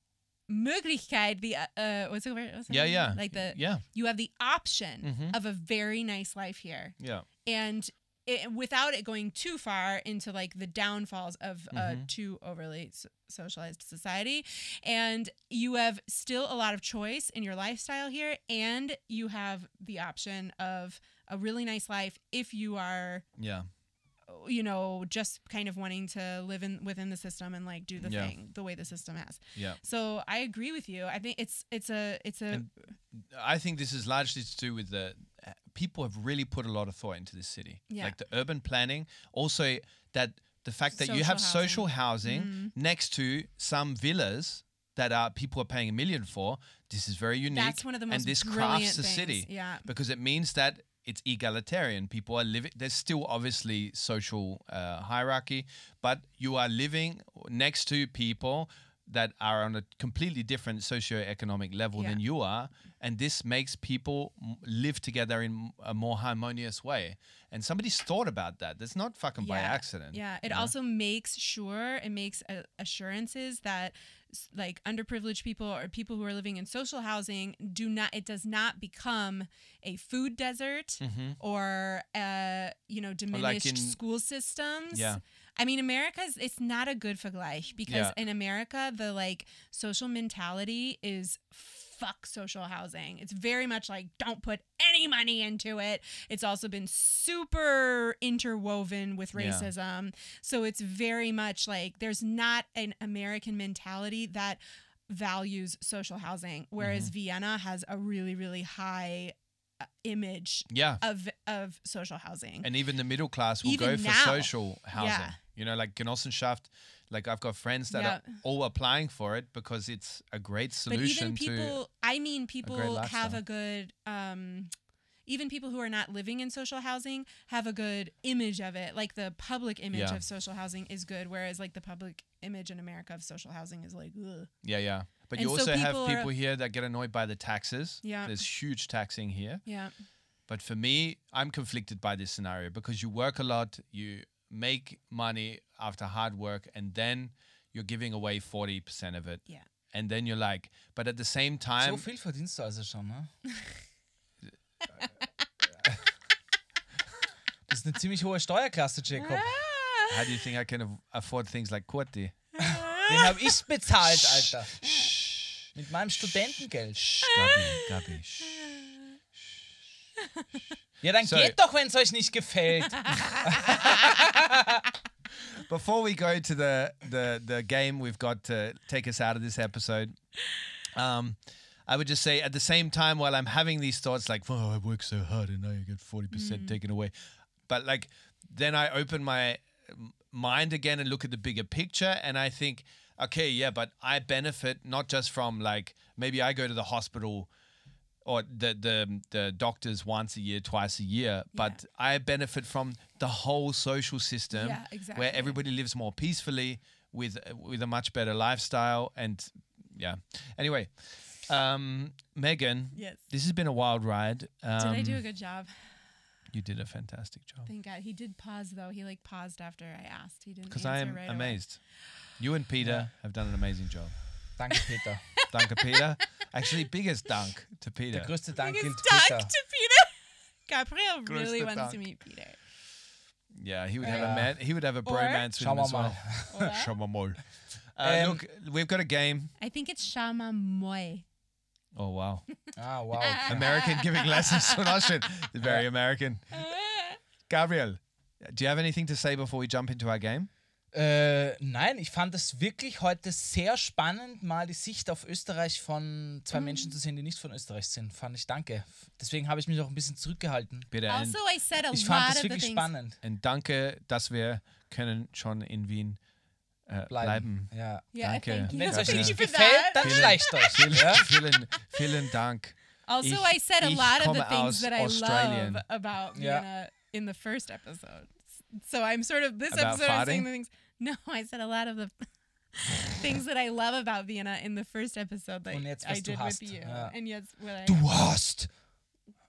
S4: Möglichkeit, the uh, uh what's the word? What's the
S2: yeah
S4: word?
S2: yeah Mm-hmm.
S4: Like the
S2: yeah
S4: you have the option of a very nice life here
S2: yeah
S4: and it, without it going too far into like the downfalls of
S2: Mm-hmm.
S4: a too overly s- socialized society and you have still a lot of choice in your lifestyle here and you have the option of a really nice life if you are
S2: yeah
S4: you know just kind of wanting to live in within the system and like do the
S2: Yeah.
S4: thing the way the system has
S2: yeah
S4: so i agree with you i think it's it's a it's a
S2: And- I think this is largely to do with the people have really put a lot of thought into this city.
S4: Yeah.
S2: Like the urban planning, also that the fact that you have
S4: Social Mm-hmm.
S2: social housing next to some villas that are people are paying a million for. This is very unique.
S4: that's one of the most
S2: and this
S4: brilliant
S2: crafts the
S4: things.
S2: city
S4: yeah
S2: because it means that it's egalitarian. People are living. There's still obviously social uh, hierarchy, but you are living next to people that are on a completely different socioeconomic level
S4: Yeah.
S2: than you are, and this makes people m- live together in a more harmonious way. And somebody's thought about that. That's not fucking by accident.
S4: Yeah,
S2: you
S4: it
S2: know?
S4: also makes sure it makes a- assurances that s- like underprivileged people or people who are living in social housing do not it does not become a food desert
S2: Mm-hmm.
S4: or uh you know diminished
S2: in-
S4: school systems.
S2: Yeah.
S4: I mean, America's it's not a good vergleich because
S2: Yeah.
S4: in America the like social mentality is fuck social housing. It's very much like don't put any money into it. It's also been super interwoven with
S2: Yeah.
S4: racism. So it's very much like there's not an American mentality that values social housing whereas
S2: Mm-hmm.
S4: Vienna has a really really high uh, image
S2: yeah.
S4: of of social housing.
S2: And even the middle class will
S4: Even
S2: go for
S4: now.
S2: social housing.
S4: Yeah.
S2: You know, like Genossenschaft. Like I've got friends that
S4: Yeah.
S2: are all applying for it because it's a great solution
S4: but
S2: to.
S4: even people i mean people have
S2: lifestyle.
S4: a good um even people who are not living in social housing have a good image of it like the public image
S2: Yeah.
S4: of social housing is good whereas like the public image in america of social housing is like ugh.
S2: Yeah, yeah. But
S4: And
S2: you
S4: so
S2: also have
S4: people are-
S2: people here that get annoyed by the taxes.
S4: Yeah.
S2: There's huge taxing here.
S4: yeah
S2: But for me, I'm conflicted by this scenario because you work a lot, you make money after hard work, and then you're giving away 40% of it.
S4: Yeah.
S2: And then you're like, but at the same time,
S3: so viel verdienst du also schon, ne? Das ist eine ziemlich hohe Steuerklasse, Jacob.
S4: Ah.
S2: how do you think I can af- afford things like Kurti?
S3: Den habe ich bezahlt, Alter. Mit meinem Studentengeld.
S2: Shh, Gabi, Gabi, shh.
S3: Ja, dann
S2: So-
S3: geht doch, wenn es euch nicht gefällt.
S2: Before we go to the the the game, we've got to take us out of this episode. Um, I would just say at the same time while I'm having these thoughts, like, oh, I work so hard and now you get forty percent taken away, but like then I open my m- mind again and look at the bigger picture, and I think, okay, yeah, but I benefit not just from like maybe I go to the hospital or the the the doctors once a year, twice a year, but I benefit from the whole social system
S4: Yeah,
S2: where
S4: exactly.
S2: everybody lives more peacefully with with a much better lifestyle and yeah. Anyway, um Megan,
S4: Yes.
S2: this has been a wild ride. Um,
S4: did i do a good job
S2: You did a fantastic job.
S4: Thank God. He did pause though. He like paused after I asked. He didn't.
S2: Because
S4: answer
S2: I am
S4: right away.
S2: amazed. You and Peter have done an amazing job.
S3: Danke, Peter.
S2: Danke, Peter. Actually, biggest dank to Peter.
S3: Der größte Dank
S4: Biggest
S3: gilt
S4: dank
S3: Peter.
S4: to Peter. Gabriel really
S2: Größter
S4: wants to
S2: Dank.
S4: meet Peter.
S2: Yeah, he would have
S3: Yeah.
S2: a man. He would have a bromance with
S3: Schauen
S2: him
S3: wir
S2: as well.
S4: Oder?
S2: Schauen wir mal. Uh,
S3: Ähm,
S2: look, we've got a game.
S4: I think it's Shama Moy.
S2: Oh wow,
S3: Ah, wow. Okay.
S2: American giving lessons on Austrian. Very American. Gabriel, do you have anything to say before we jump into our game?
S3: Äh, nein, ich fand es wirklich heute sehr spannend, mal die Sicht auf Österreich von zwei Menschen zu sehen, die nicht von Österreich sind. Fand ich danke. Deswegen habe ich mich auch ein bisschen zurückgehalten.
S2: Peter, and,
S4: Also, I said a
S3: Ich
S4: lot
S3: fand es
S4: of the
S3: wirklich
S4: things.
S3: spannend.
S2: and danke, dass wir können schon in Wien äh,
S3: Bleiben.
S2: bleiben.
S3: Ja.
S4: Yeah,
S2: Danke.
S4: thank you.
S3: Wenn es euch
S2: Gabriel.
S4: Thank
S3: nicht
S4: you for
S3: gefällt,
S4: that.
S3: dann schleicht euch. Ja?
S2: Vielen, vielen Dank.
S4: Also,
S2: Ich-
S4: I said a
S2: ich
S4: lot of the
S2: komme aus
S4: things that I
S2: Australien.
S4: love about
S3: Ja.
S4: Vienna in the first episode. So I'm sort of this
S2: About
S4: episode I'm
S2: farting?
S4: saying the things. No, I said a lot of the things that I love about Vienna in the first episode that
S3: Und jetzt,
S4: I
S3: was du
S4: did
S3: hast.
S4: with you,
S3: Ja.
S4: and yet what I.
S3: Du hast.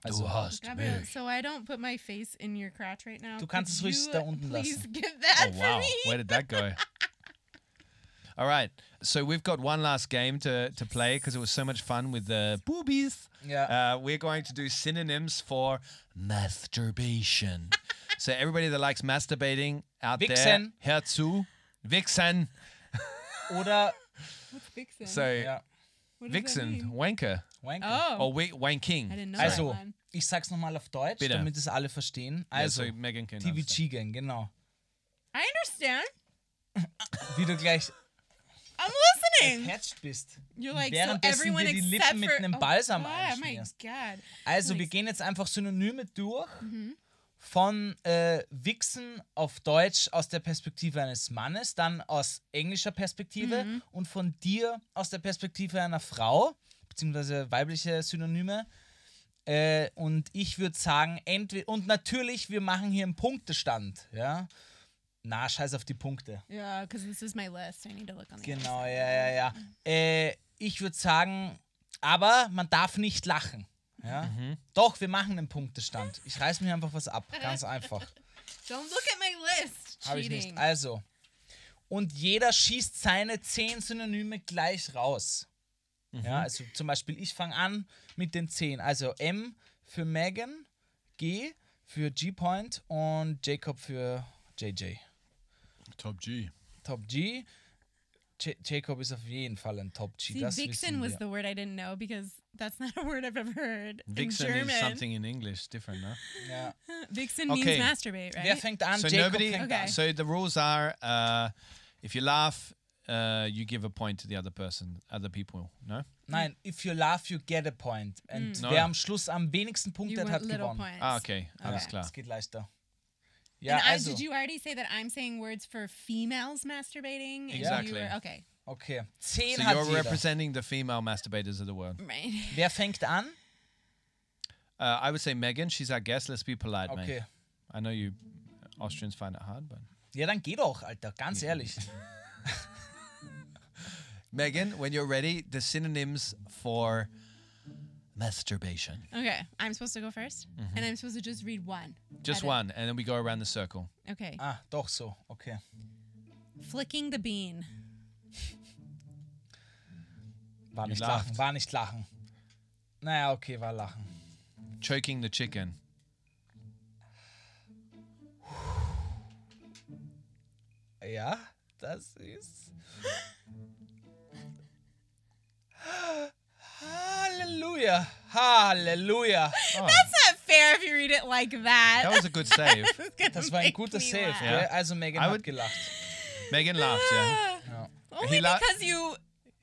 S3: Also,
S4: Gabriel, so I don't put my face in your crotch right now.
S3: Du kannst
S4: Could
S3: es ruhig
S4: you uh,
S3: da unten
S4: please
S3: lassen.
S4: get that
S2: Oh
S4: for
S2: wow,
S4: me?
S2: where did that go? All right, so we've got one last game to, to play because it was so much fun with the boobies.
S3: Yeah.
S2: Uh, we're going to do synonyms for masturbation. so everybody that likes masturbating out
S3: Vixen.
S2: there, herzu, vixen.
S3: Oder,
S4: Vixen.
S2: So
S3: ja,
S4: What does that
S2: vixen,
S4: mean?
S2: wanker,
S3: Wanker.
S4: Oh.
S2: or wi- wanking.
S4: I didn't know that
S3: Also,
S4: one.
S3: ich sag's nochmal auf Deutsch,
S2: Bitte.
S3: damit es alle verstehen.
S2: Yeah,
S3: Also,
S2: so Megan can understand.
S3: TVG Gang, genau.
S4: I understand.
S3: Wie du gleich
S4: I'm listening.
S3: attached bist.
S4: You're like, so
S3: Währenddessen dir
S4: everyone
S3: die Lippen
S4: except
S3: mit
S4: for...
S3: einem
S4: Oh,
S3: Balsam
S4: oh, my
S3: einschmierst.
S4: God.
S3: Also, wir gehen jetzt einfach Synonyme durch.
S4: Mhm.
S3: Von äh, Wichsen auf Deutsch aus der Perspektive eines Mannes, dann aus englischer Perspektive
S4: Mhm.
S3: und von dir aus der Perspektive einer Frau, beziehungsweise weibliche Synonyme. Äh, und ich würde sagen, entweder. Und natürlich, wir machen hier einen Punktestand. Ja? Na, scheiß auf die Punkte.
S4: Yeah, because this is my list. I need to look on the other
S3: Genau, ja, ja, ja. Äh, ich würde sagen, aber man darf nicht lachen. Ja? Doch, wir machen einen Punktestand. Ich reiß mir einfach was ab. Ganz einfach.
S4: side. Don't look at my list.
S3: Habe ich
S4: Cheating.
S3: nicht. Also. Und jeder schießt seine zehn Synonyme gleich raus. Ja, also zum Beispiel, ich fange an mit den zehn. Also M für Megan, G für G-Point und Jacob für JJ.
S2: Top G.
S3: Top G. J Jacob ist auf jeden Fall ein Top G.
S4: See,
S3: das
S4: vixen
S3: wissen
S4: was
S3: wir.
S4: the word I didn't know because that's not a word I've ever heard
S2: Vixen
S4: in German.
S2: is something in English different, no?
S3: Ja.
S4: Vixen
S2: Okay.
S4: means masturbate, right?
S3: Wer fängt an?
S2: So
S3: Jacob
S2: nobody.
S3: fängt
S4: Okay.
S3: an.
S2: So the rules are: uh, if you laugh, uh, you give a point to the other person, other people. No.
S3: Nein, if you laugh, you get a point. Und
S2: No.
S3: wer am Schluss am wenigsten
S4: you
S3: Punkte hat,
S4: want
S3: hat
S4: little
S3: gewonnen.
S4: points.
S2: Ah, okay. Alles klar.
S3: Das geht leichter. Ja,
S4: and I,
S3: also.
S4: did you already say that I'm saying words for females masturbating? and you
S2: Exactly.
S4: were- okay.
S3: Okay. Zehn
S2: So
S3: hat
S2: you're
S3: jeder.
S2: representing the female masturbators of the world.
S4: Right.
S3: Wer fängt an?
S2: Uh, I would say Megan. She's our guest. Let's be polite, mate.
S3: Okay.
S2: I know you Austrians find it hard, but
S3: Ja, dann geh doch, Alter. Ganz ehrlich.
S2: Megan, when you're ready, the synonyms for masturbation.
S4: Okay. I'm supposed to go 1st
S2: Mm-hmm.
S4: And I'm supposed to just read one.
S2: Just
S4: Edit.
S2: one, and then we go around the circle.
S4: Okay.
S3: Ah, doch so. Okay.
S4: Flicking the bean.
S3: War nicht
S2: lacht.
S3: lachen. War nicht lachen. Naja, okay, war lachen.
S2: Choking the chicken.
S3: Ja, das ist. Halleluja. Halleluja.
S4: It's not fair if you read it like that.
S2: That was a good save.
S3: Das war ein guter
S4: me
S3: Save.
S4: laugh.
S3: Gell? Also Megan
S2: I
S3: hat
S2: would-
S3: gelacht.
S2: Megan laughed. Yeah,
S4: Only
S2: He la-
S4: because you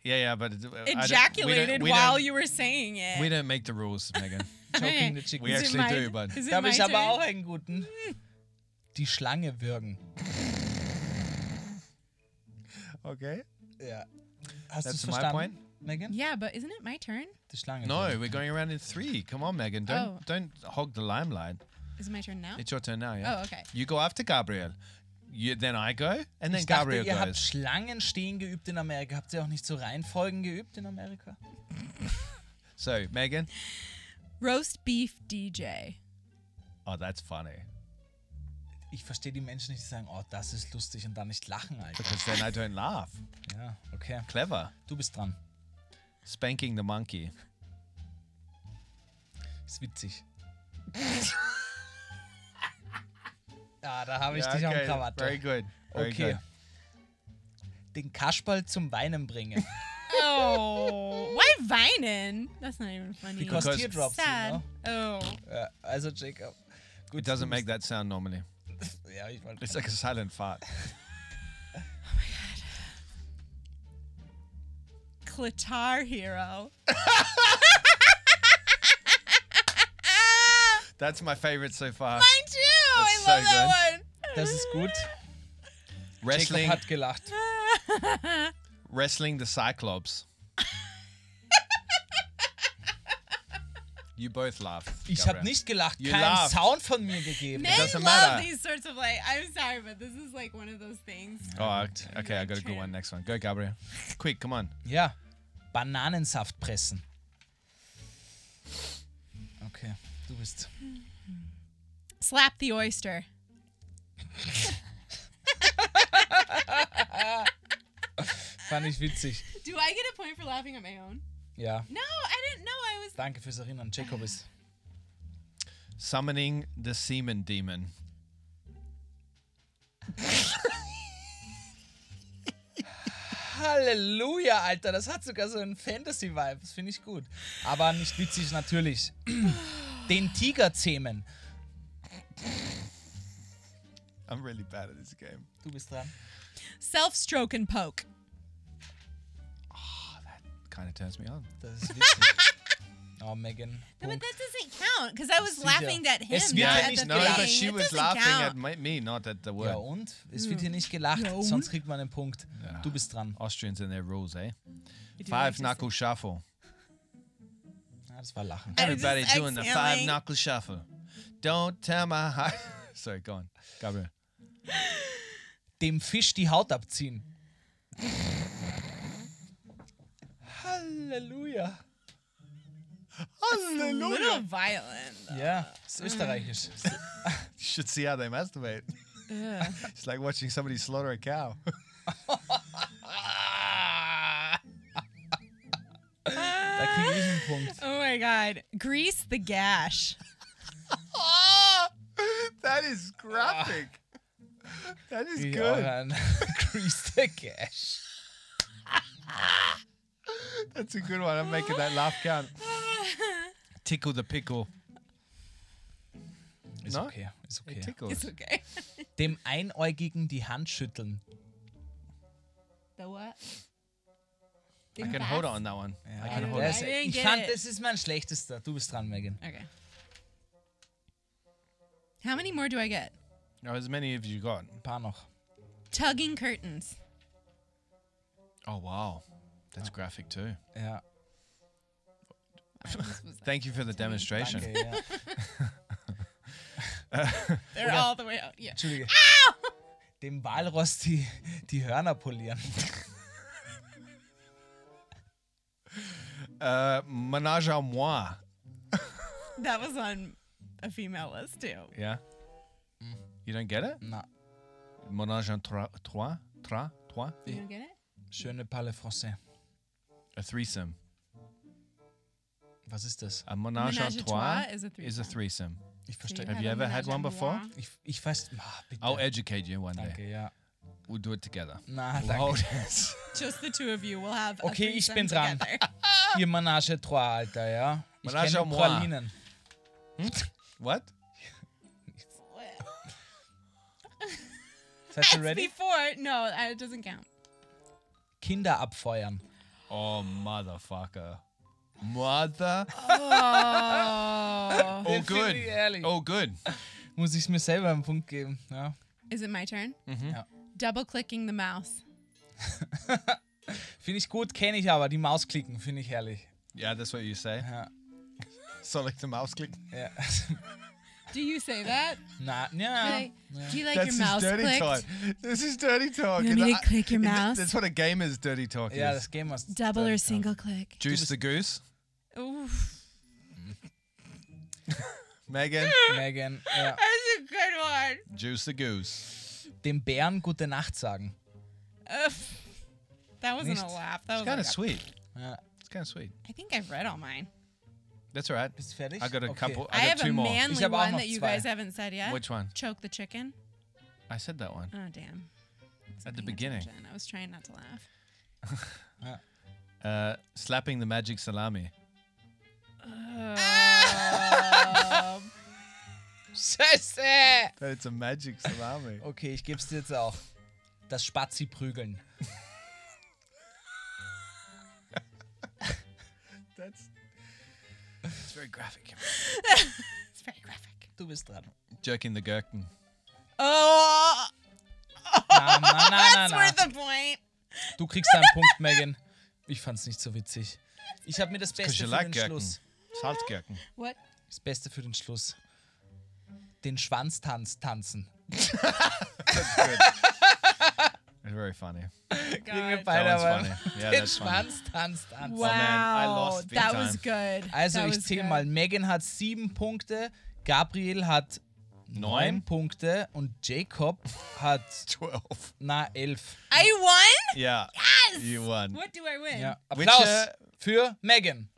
S2: yeah, yeah. But it- I don't- we don't-
S4: ejaculated
S2: we
S4: while
S2: don't-
S4: you were saying it.
S2: We don't make the rules, Megan.
S3: Choking the chicken.
S2: We
S4: Is it
S2: actually
S4: my-
S2: do, but
S4: is it
S3: Da habe
S4: my
S3: ich aber
S4: turn?
S3: auch einen guten. Die Schlange würgen.
S2: okay.
S3: Ja. Hast du
S2: That's my
S3: verstanden,
S2: point.
S3: Megan?
S4: Yeah, but isn't it my turn?
S3: Die Schlange
S2: No,
S3: würgen.
S2: we're going around in three. Come on, Megan. Don't
S4: Oh.
S2: don't hog the limelight.
S4: Is it my turn now?
S2: It's your turn now. Yeah.
S4: Oh, okay.
S2: You go after Gabriel. You, then I go, and then
S3: Ich dachte,
S2: Gabriel
S3: ihr habt
S2: goes.
S3: Schlangen stehen geübt in Amerika. Habt ihr auch nicht so Reihenfolgen geübt in Amerika?
S2: So Megan.
S4: Roast beef DJ.
S2: Oh, that's funny.
S3: Ich verstehe die Menschen nicht, die sagen, oh, das ist lustig und dann nicht lachen, Alter.
S2: Because then I don't laugh.
S3: Ja, okay.
S2: Clever.
S3: Du bist dran.
S2: Spanking the monkey.
S3: Ist witzig. ja, da habe ich dich am Krawatte.
S2: Very good. Very
S3: okay.
S2: good.
S3: Den Kasperl zum Weinen bringen.
S4: Oh, why weinen? That's not even funny.
S3: Because,
S2: Because-
S3: teardrops, you
S4: sad.
S3: know?
S4: Oh,
S3: Ja, also Jacob. Gut,
S2: It doesn't make that sound normally.
S3: Ja, ich wollte
S2: It's like a silent fart.
S4: Clitar Hero.
S2: That's my favorite so far.
S4: Mine too. I
S2: That's
S4: love
S2: so
S4: that one.
S3: Das ist gut. Jacob
S2: Wrestling,
S3: hat gelacht.
S2: wrestling the Cyclops. you both laughed.
S3: Ich
S2: Gabriel.
S3: habe nicht gelacht.
S2: You
S3: Keinen
S2: laughed.
S3: Sound von mir gegeben.
S4: Men
S2: doesn't
S4: love
S2: matter.
S4: these sorts of like. I'm sorry, but this is like one of those things.
S2: Oh, okay. okay, I got a good one. Next one. Go, Gabriel. Quick, come on.
S3: Ja. Bananensaft pressen. Okay, du bist.
S4: Slap the oyster.
S3: Fand ich witzig.
S4: Do I get a point for laughing at my own?
S3: Ja.
S4: No, I didn't know I was.
S3: Danke fürs Erinnern. Jacob ist.
S2: Summoning the semen demon.
S3: Halleluja, Alter. Das hat sogar so einen Fantasy-Vibe. Das finde ich gut. Aber nicht witzig, natürlich. Den Tiger zähmen.
S2: I'm really bad at this game.
S3: Du bist dran.
S4: Self stroke and poke.
S2: Kind of turns me on.
S3: Das ist witzig. Oh, Megan.
S4: No, but
S3: Punkt.
S4: that doesn't count because I was
S3: Sicher.
S4: laughing at him.
S3: Es wird
S4: not
S3: ja
S4: at
S3: nicht
S4: the
S2: no,
S3: gelacht.
S4: thing.
S2: but she
S4: It
S2: was
S4: doesn't
S2: laughing
S4: count.
S2: at my, me, not at the word.
S3: Ja und? Es wird hier nicht gelacht,
S4: Ja, und?
S3: sonst kriegt man einen Punkt. Du bist dran.
S2: Austrians and their rules, eh?
S4: You do
S2: Five
S4: interesting.
S2: knuckle shuffle.
S3: Ja, das war Lachen.
S4: I was just
S2: Everybody doing the five
S4: exhaling.
S2: knuckle shuffle. Don't tell my high. Sorry, go on, Gabriel.
S3: Dem Fisch die Haut abziehen. Halleluja.
S4: A little violent.
S3: Ja, ist österreichisch.
S2: You should see how they masturbate. it's like watching somebody slaughter a cow.
S3: Da kriege ich einen Punkt.
S4: Oh my god. Grease the gash.
S2: Ah! that is graphic. That is
S3: Ich auch
S2: good.
S3: einen. Grease the Gash.
S2: That's a good one. I'm making that laugh count. Tickle the pickle.
S3: Ist
S2: Na?
S3: okay, ist
S2: It
S3: okay.
S2: tickles.
S4: It's okay.
S3: Dem Einäugigen die Hand schütteln.
S4: The what?
S2: I can hold on that one. I can hold
S3: Das,
S4: I didn't
S3: ich
S4: get
S3: fand,
S4: it.
S3: das ist mein schlechtester. Du bist dran, Megan.
S4: Okay. How many more do I get?
S2: on. Oh, as many of you got.
S3: Ein paar noch.
S4: Tugging curtains.
S2: Oh wow, that's graphic too.
S3: Ja,
S2: Thank you for the demonstration.
S3: danke. Ja.
S4: They're all the way out. Yeah.
S3: Entschuldige. Dem Walross die, die Hörner polieren.
S2: Uh, menage à moi.
S4: That was on a female list too.
S2: Yeah. You don't get it?
S3: Na,
S2: Menage à trois, trois, trois, trois.
S4: You don't get it?
S3: schöne Palle Français.
S2: A threesome.
S3: Was ist das?
S2: A menage,
S4: Menage
S2: à
S4: à
S2: trois,
S4: trois is a
S2: Is a
S4: threesome.
S2: threesome.
S3: Ich verstehe.
S2: Have you ever had one before?
S3: Ich, ich weiß. Ah, bitte.
S2: I'll educate you one day.
S3: danke, ja.
S2: We'll do it together.
S3: Na,
S2: We'll hold
S3: danke.
S2: hands.
S4: Just the two of you will have. a
S3: Okay, ich
S4: threesome
S3: bin dran.
S4: together.
S3: Ihr Menage à trois, Alter, ja. Ich
S2: Menage à
S3: kenne
S2: moi.
S3: Pralinen.
S2: What?
S3: Seid ihr
S4: That's
S3: ready?
S4: Before, no, uh, it doesn't count.
S3: Kinder abfeuern.
S2: Oh, motherfucker. Mother.
S4: Oh.
S2: Oh,
S3: Finde
S2: good.
S3: ich ehrlich.
S2: Oh, good.
S3: Muss ich mir selber einen Punkt geben, ja.
S4: Is it my turn?
S2: Mm-hmm.
S3: Ja.
S4: Double clicking the mouse.
S3: Finde ich gut, kenne ich aber. Die Maus klicken, finde ich herrlich.
S2: Yeah, that's what you say.
S3: Ja.
S2: So like the mouse click.
S3: ja.
S4: Do you say that?
S3: Na, ja.
S4: Like, Do you like
S2: That's
S4: your
S2: his
S4: mouse
S2: dirty
S4: clicked?
S2: talk. This is dirty talk.
S4: You want
S2: And
S4: me to
S2: I-
S4: click your
S2: and th-
S4: mouse?
S2: That's what a gamer's dirty talk
S3: Ja,
S2: is.
S3: das Game was.
S4: Double or single click.
S2: Juice the goose.
S4: Oof.
S2: Megan,
S3: Megan, ja.
S4: That's a good one.
S2: juice the goose.
S3: Dem Bären gute Nacht sagen.
S4: Ugh. that wasn't
S3: Nicht?
S4: a laugh. That was
S2: It's kind of
S4: like a-
S2: sweet.
S3: Ja.
S2: It's kind of sweet.
S4: I think I've read all mine.
S2: That's all right.
S3: Bist du fertig?
S2: I got a
S3: Okay.
S2: couple.
S4: I,
S2: I got
S4: have
S2: two
S4: a
S2: more.
S4: manly
S3: Ich hab auch
S4: one
S3: noch
S4: that you
S3: zwei.
S4: guys haven't said yet.
S2: Which one?
S4: Choke the chicken.
S2: I said that one.
S4: Oh damn. Wasn't
S2: At the
S4: paying
S2: beginning.
S4: attention. I was trying not to laugh.
S2: Uh, slapping the magic salami.
S3: Scheiße!
S2: It's a magic salami.
S3: Okay, ich geb's dir jetzt auch. Das Spazi prügeln.
S2: That's it's very graphic.
S4: It's very graphic.
S3: Du bist dran.
S2: Jerking the gherkin.
S4: Oh,
S3: Na, na, na, na,
S4: that's
S3: na.
S4: worth a point.
S3: Du kriegst einen Punkt, Megan. Ich fand's nicht so witzig. Ich habe mir das Beste
S2: you
S3: für den
S2: like Gurken.
S3: Schluss.
S2: Salzgurken.
S4: What?
S3: Das Beste für den Schluss. Den Schwanztanz tanzen.
S2: It's very funny.
S4: God.
S2: That
S3: Beide
S2: one's
S3: waren-
S2: funny. Yeah,
S3: Den
S2: that's funny.
S3: Schwanztanz tanzen.
S4: Wow,
S2: Oh, I lost big
S4: that was
S2: time.
S4: good.
S3: Also
S4: that
S3: ich
S4: was
S3: zähle
S4: good.
S3: mal. Megan hat sieben Punkte, Gabriel hat neun
S2: Neun.
S3: Punkte und Jacob hat
S2: Twelve.
S3: na elf.
S4: I won.
S2: Yeah.
S4: Yes!
S2: You won.
S4: What do I win?
S3: Ja.
S2: Witcher-
S3: Applaus für Megan.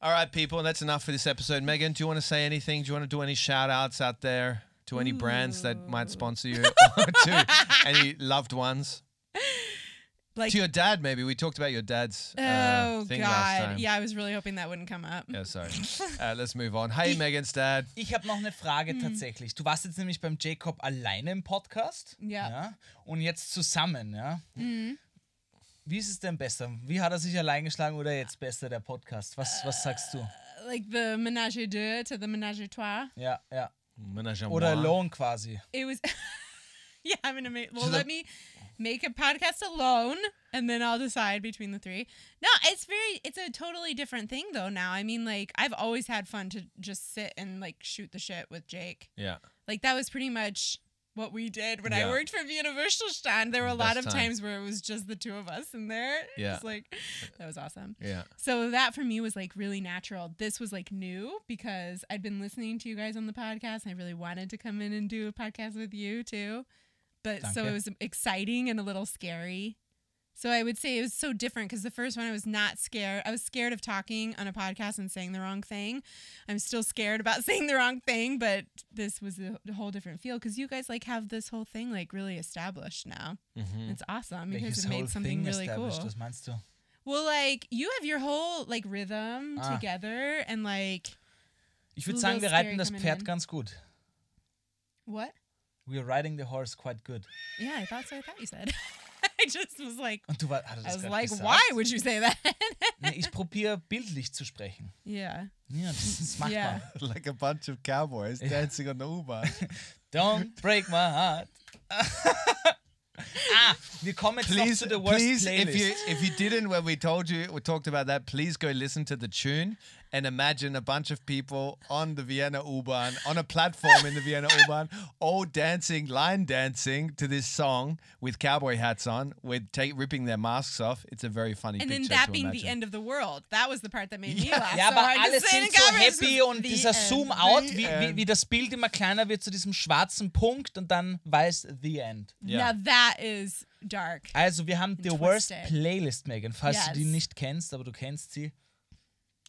S2: All right, people, that's enough for this episode. Megan, do you want to say anything? Do you want to do any shout outs out there to any brands that might sponsor you or to any loved ones?
S4: Like,
S2: To your dad, maybe. We talked about your dad's uh,
S4: oh
S2: thing last
S4: God.
S2: time.
S4: Yeah, I was really hoping that wouldn't come up.
S2: Yeah, sorry. Uh, let's move on. Hey, Megan's dad.
S3: Ich habe noch eine Frage
S4: Mhm.
S3: tatsächlich. Du warst jetzt nämlich beim Jacob alleine im Podcast.
S4: Ja. Mhm.
S3: und jetzt zusammen, ja. Wie ist es denn besser? Wie hat er sich allein geschlagen oder jetzt besser der Podcast? Was,
S4: Äh.
S3: was sagst du?
S4: Like the menage a deux to the menage a trois.
S3: Ja, ja.
S2: Menage à
S3: Oder
S2: moi.
S3: alone quasi.
S4: It was. yeah, I'm gonna make. Well,
S2: So the-
S4: let me make a podcast alone, and then I'll decide between the three. No, it's very. It's a totally different thing though. Now, I mean, like I've always had fun to just sit and like shoot the shit with Jake.
S2: Yeah.
S4: Like that was pretty much what we did when
S2: Yeah.
S4: I worked for Universal Stand. There were a lot
S2: Best
S4: of
S2: time.
S4: times where it was just the two of us in there.
S2: Yeah.
S4: It's like that was awesome.
S2: Yeah.
S4: So that for me was like really natural. This was like new because I'd been listening to you guys on the podcast and I really wanted to come in and do a podcast with you too. But so
S3: Danke.
S4: it was exciting and a little scary. So I would say it was so different because the first one I was not scared. I was scared of talking on a podcast and saying the wrong thing. I'm still scared about saying the wrong thing, but this was a whole different feel because you guys like have this whole thing like really established now. It's awesome. You guys
S3: Welches Mm-hmm.
S4: have
S3: whole
S4: made something
S3: Thing
S4: really cool.
S3: established? Was meinst du?
S4: Well, like you have your whole like rhythm
S3: Ah.
S4: together and like
S3: Ich würde
S4: Little
S3: sagen, wir
S4: scary
S3: reiten das
S4: coming
S3: Pferd
S4: in.
S3: ganz gut.
S4: what?
S3: We are riding the horse quite good.
S4: Yeah, I thought so. I thought you said. I just was like,
S3: Und du war, hat er das
S4: I was
S3: grad
S4: like,
S3: gesagt?
S4: why would you say that?
S3: Nee, ich probiere bildlich zu sprechen.
S4: yeah.
S3: Ja, das ist machbar.
S4: Yeah.
S2: Like a bunch of cowboys dancing on the U-Bahn.
S3: Don't break my heart. ah, wir kommen jetzt
S2: please,
S3: noch zu the worst
S2: please,
S3: playlist.
S2: if you if you didn't when we told you we talked about that, please go listen to the tune and imagine a bunch of people on the Vienna U-Bahn on a platform in the Vienna U-Bahn, all dancing, line dancing to this song with cowboy hats on, with take, ripping their masks off. It's a very funny
S4: And
S2: picture
S4: then that
S2: to
S4: being
S2: imagine.
S4: the end of the world. That was the part that made me laugh.
S3: ja,
S4: so
S3: aber
S4: I just
S3: alle
S4: said in
S3: sind so
S4: conversation,
S3: happy uh, und
S4: the
S3: dieser
S4: end.
S3: Zoom-Out,
S2: The
S3: wie, wie,
S2: end.
S3: wie das Bild immer kleiner wird zu diesem schwarzen Punkt und dann weiß The End.
S2: Yeah.
S4: Now that is dark.
S3: Also, wir haben The Worst
S4: Twisted.
S3: Playlist, Megan, falls du die
S4: Yes.
S3: nicht kennst, aber du kennst sie.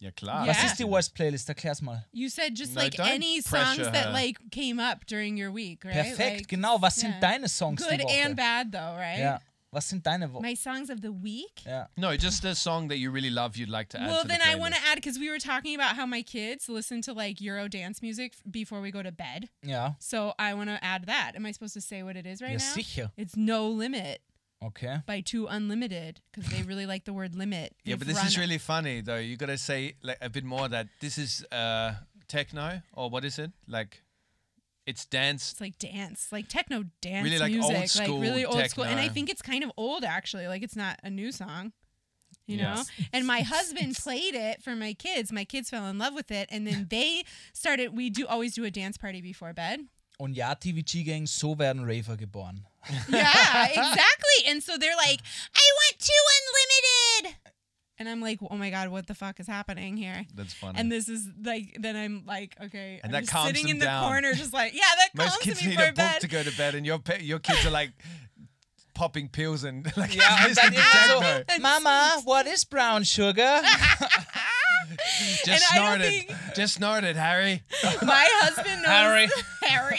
S2: yeah, klar.
S4: Was
S3: Was
S4: Ja.
S3: ist die Worst Playlist? Erklär's mal.
S4: You said just
S2: No,
S4: like
S2: don't
S4: any songs
S2: pressure her.
S4: that like came up during your week, right?
S3: Perfekt,
S4: Like,
S3: genau. Was
S4: yeah.
S3: sind deine Songs
S4: Good
S3: die Woche?
S4: and bad though, right?
S3: Ja. Was sind deine Wo
S4: My songs of the week.
S3: ja.
S2: No, just a song that you really love. You'd like to add.
S4: Well,
S2: to
S4: then
S2: the
S4: I want
S2: playlist.
S4: to add because we were talking about how my kids listen to like Euro dance music f- before we go to bed.
S3: ja,
S4: So I want to add that. Am I supposed to say what it is right
S3: ja,
S4: now?
S3: sicher.
S4: It's No Limit
S3: Okay.
S4: by Two Unlimited because they really like the word limit.
S2: Yeah,
S4: They've
S2: but this
S4: run-
S2: is really funny though. You gotta say like a bit more that this is uh techno or what is it? Like it's dance.
S4: It's like dance, like techno dance
S2: Really, like, old
S4: music,
S2: school
S4: like really old school. And I
S2: techno.
S4: think it's kind of old actually. Like it's not a new song, you
S2: Yeah.
S4: know. And my husband played it for my kids. My kids fell in love with it, and then they started. We do always do a dance party before bed.
S3: Und ja, TVG Gang, so werden Raver geboren.
S4: Yeah, exactly. And so they're like, I want two unlimited. And I'm like, oh my God, what the fuck is happening here?
S2: That's funny.
S4: And this is like, then I'm like, okay.
S2: And
S4: I'm
S2: that
S4: just
S2: calms
S4: sitting
S2: them
S4: in the
S2: down.
S4: corner, just like, yeah, that calms
S2: Most kids
S4: me
S2: need
S4: for
S2: a book
S4: bed.
S2: to go to bed, and your pa- your kids are like popping pills and like
S3: Ja, und
S2: listening
S3: dann
S2: to
S3: immer
S2: techno.
S3: so, Mama, what is brown sugar?
S2: Just
S4: and I don't
S2: snorted,
S4: think-
S2: just snorted, Harry.
S4: My husband knows
S3: Harry.
S4: Harry.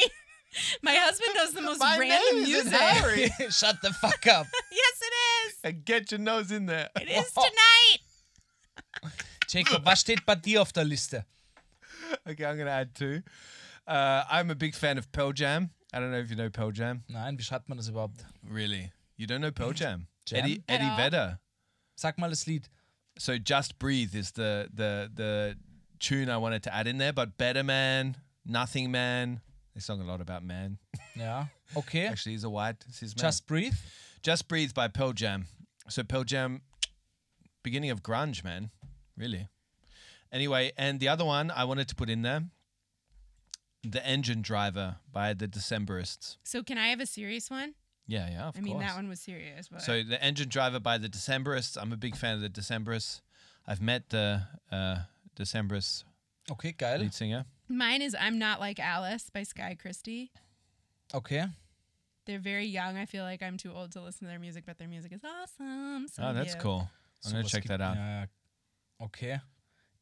S4: My husband knows the most
S2: My
S4: random
S2: name
S4: music.
S2: isn't Harry.
S3: Shut the fuck up.
S4: Yes, it is.
S2: And get your nose in there.
S4: It is tonight.
S3: Jacob, was steht bei dir auf der Liste?
S2: Okay, I'm gonna add two. Uh, I'm a big fan of Pearl Jam. I don't know if you know Pearl Jam.
S3: Nein, wie schreibt man das überhaupt?
S2: Really, you don't know
S4: Mm.
S2: Pearl Jam?
S3: Jam?
S2: Eddie Eddie
S4: Ja.
S2: Vedder.
S3: Sag mal das Lied.
S2: So just breathe is the the the tune I wanted to add in there, but Better Man, Nothing Man. They sung a lot about man.
S3: Ja, okay.
S2: Actually, he's a white. It's his man.
S3: Just Breathe.
S2: Just Breathe by Pearl Jam. So Pearl Jam, beginning of grunge, man. Really. Anyway, and the other one I wanted to put in there, The Engine Driver by the Decemberists.
S4: So can I have a serious one?
S2: Yeah, yeah, of
S4: I mean,
S2: course.
S4: that one was serious, but
S2: So The Engine Driver by the Decemberists. I'm a big fan of the Decemberists. I've met the uh, Decemberists
S3: Okay, geil.
S2: lead singer.
S4: mine is "I'm Not Like Alice" by Sky Christie.
S3: Okay.
S4: They're very young. I feel like I'm too old to listen to their music, but their music is awesome. So
S2: Oh, that's
S4: cute.
S2: cool. I'm gonna
S3: Sowas
S2: check
S3: gibt-
S2: that out.
S3: Ja, ja. okay.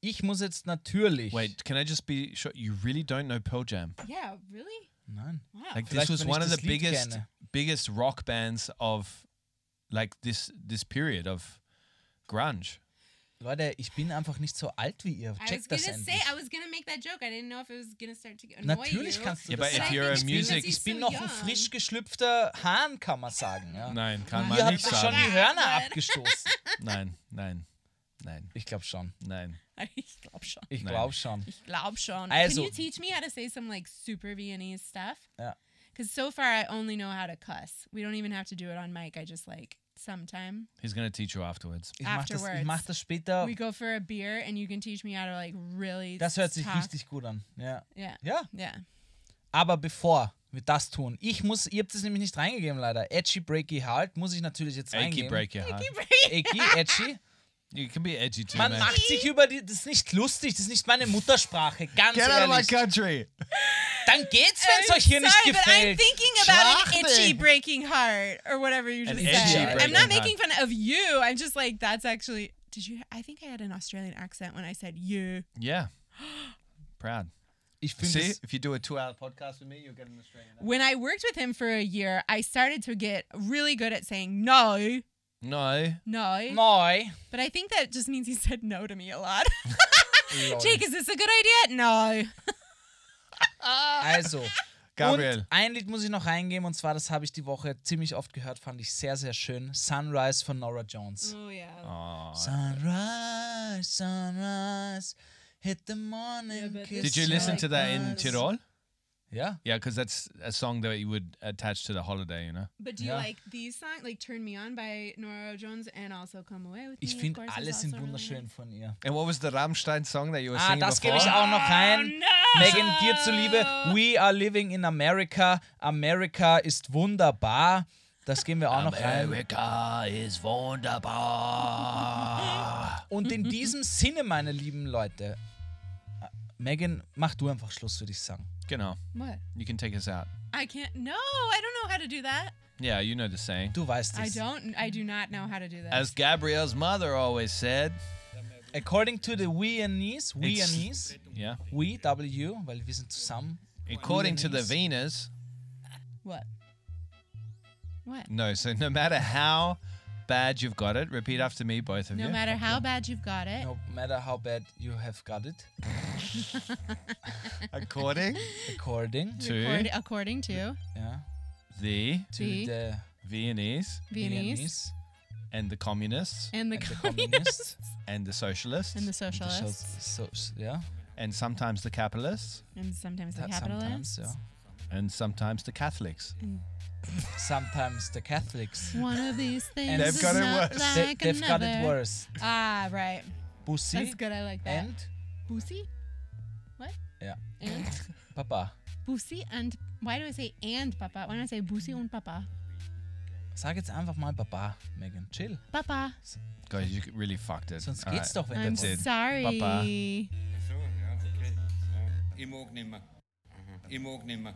S3: Ich muss jetzt natürlich.
S2: Wait, can I just be sure? You really don't know Pearl Jam?
S4: Yeah, really?
S3: Nein.
S4: Wow.
S2: Like
S3: Vielleicht,
S2: this was
S3: wenn ich
S2: one of the
S3: das Lied
S2: biggest
S3: kenne.
S2: biggest rock bands of like this this period of grunge.
S3: Leute, ich bin einfach nicht so alt wie ihr.
S4: I was
S3: Check
S4: gonna
S3: das
S4: say
S3: endlich.
S4: I was gonna make that joke. I didn't know if it was gonna start to annoy
S3: Natürlich
S4: you.
S3: kannst du
S2: Yeah,
S3: das
S2: but if
S3: sagen.
S2: you're a
S3: ich, bin,
S2: music-
S3: ich bin
S4: so
S3: noch ein
S4: young.
S3: frisch geschlüpfter Hahn, kann man sagen. Ja.
S2: Nein, kann
S3: Ihr
S2: man
S3: habt
S2: nicht
S3: sich schon
S2: sagen.
S3: die Hörner abgestoßen.
S2: Nein, nein, nein,
S3: Ich glaube schon.
S2: nein.
S4: Ich glaub schon.
S3: Ich
S2: Nein.
S3: glaube schon.
S4: Ich glaub schon.
S3: Also-
S4: Can you teach me how to say some like super Viennese stuff?
S3: Ja.
S4: Because so far I only know how to cuss. We don't even have to do it on mic. I just like sometime
S2: He's gonna teach you afterwards.
S3: Ich mache das, ich
S4: Afterwards.
S3: mach das
S2: Oh.
S3: später.
S4: we go for a beer and you can teach me how to like really.
S3: Das hört sich
S4: talk.
S3: richtig gut an. Ja.
S4: Yeah.
S3: ja.
S4: Yeah.
S3: Aber bevor wir das tun, ich muss, ihr habt es nämlich nicht reingegeben, leider. Edgy Breaky Heart muss ich natürlich jetzt
S2: Achy
S3: reingeben.
S2: break your heart.
S3: Edgy, edgy.
S2: You can be edgy too,
S3: Man
S2: man.
S3: macht sich über die. Das ist nicht lustig, das ist nicht meine Muttersprache. Ganz
S2: Get out of my
S3: ehrlich.
S2: country.
S3: Dann geht's, wenn es euch hier
S4: Sorry,
S3: nicht
S4: but I'm
S3: gefällt.
S4: thinking about an
S2: Schwachsinn.
S4: itchy breaking heart or whatever you
S2: An
S4: just
S2: itchy
S4: said. I'm
S2: breaking
S4: not
S2: heart.
S4: making fun of you. I'm just like that's actually. Did you? I think I had an Australian accent when I said you.
S2: Yeah. Proud.
S3: Ich finde
S2: See,
S3: es.
S2: if you do a two-hour podcast with me, you'll get an Australian.
S4: When I worked with him for a year, I started to get really good at saying no,
S2: No,
S4: no.
S3: Neu.
S4: But I think that just means he said no to me a lot. Jake, is this a good idea? No.
S3: Also.
S2: Gabriel.
S3: Und ein Lied muss ich noch reingeben und zwar, das habe ich die Woche ziemlich oft gehört, fand ich sehr, sehr schön. Sunrise von Nora Jones.
S4: Oh yeah.
S3: Sunrise, sunrise, hit the morning kiss.
S2: Did you listen to that in
S3: sunrise.
S2: Tirol?
S3: Ja.
S2: Yeah, because that's a song that you would attach to the holiday, you know.
S4: But do you
S3: Yeah.
S4: like these songs? Like Turn Me On by Nora Jones and also Come Away with
S3: Ich
S4: Me. of
S3: finde,
S4: course, is
S3: alle sind
S4: also really
S3: wunderschön von ihr.
S2: And what was the Rammstein song that you were
S3: Ah,
S2: singing
S3: das gebe
S2: before?
S3: ich auch noch rein.
S4: no!
S3: Megan, dir zuliebe, we are living in America. America ist wunderbar. Das geben wir auch noch rein.
S2: America is wunderbar.
S3: Und in diesem Sinne, meine lieben Leute, Megan, mach du einfach Schluss, würde ich sagen.
S2: genau.
S4: nice. What?
S2: You can take us out.
S4: I can't. No, I don't know how to do that.
S2: Yeah, you know the saying.
S3: Du weißt
S4: I
S3: es.
S4: don't. I do not know how to do that.
S2: As Gabrielle's mother always said.
S3: According to the we and niece, we and niece,
S2: Yeah.
S3: we, W, weil wir sind zusammen.
S2: According to the Venus.
S4: what? What?
S2: No, so no matter how bad you've got it, repeat after me, both of
S4: No
S2: you.
S4: matter how bad you've got it.
S3: No matter how bad you have got it.
S2: According
S3: According
S2: to
S4: accord- according to
S3: ja,
S2: the
S3: to
S4: The
S3: the
S2: Viennese
S4: Viennese
S3: Viennese
S2: and the communists
S4: and the
S3: and the
S4: communists
S3: communists.
S2: and the socialists
S4: and the
S3: and the
S4: socialists
S3: So, so, yeah,
S2: and sometimes the capitalists
S4: and sometimes the
S3: that sometimes,
S4: capitalists.
S3: yeah.
S2: and sometimes the Catholics.
S3: Sometimes the Catholics.
S4: One of these things
S3: They've
S4: is
S2: got it
S4: not
S2: worse.
S3: They,
S4: like
S3: they've got it
S4: another.
S3: worse.
S4: Ah, right. That's
S3: Bussi
S4: good. I like that.
S3: and
S4: Boosie? What?
S3: Yeah.
S4: And
S3: Papa.
S4: Boosie and why do I say and Papa? Why don't I say Boosie and Papa?
S3: Sag jetzt einfach mal Baba, Megan. Chill.
S4: Papa.
S2: God, you really fucked it.
S3: Sonst
S2: All
S3: geht's
S2: right.
S3: doch, wenn
S4: I'm
S3: du
S2: That's it.
S4: sorry.
S2: Papa.
S5: So, ja, okay. Ja. Ich mag nicht mehr. Ich mag nicht mehr.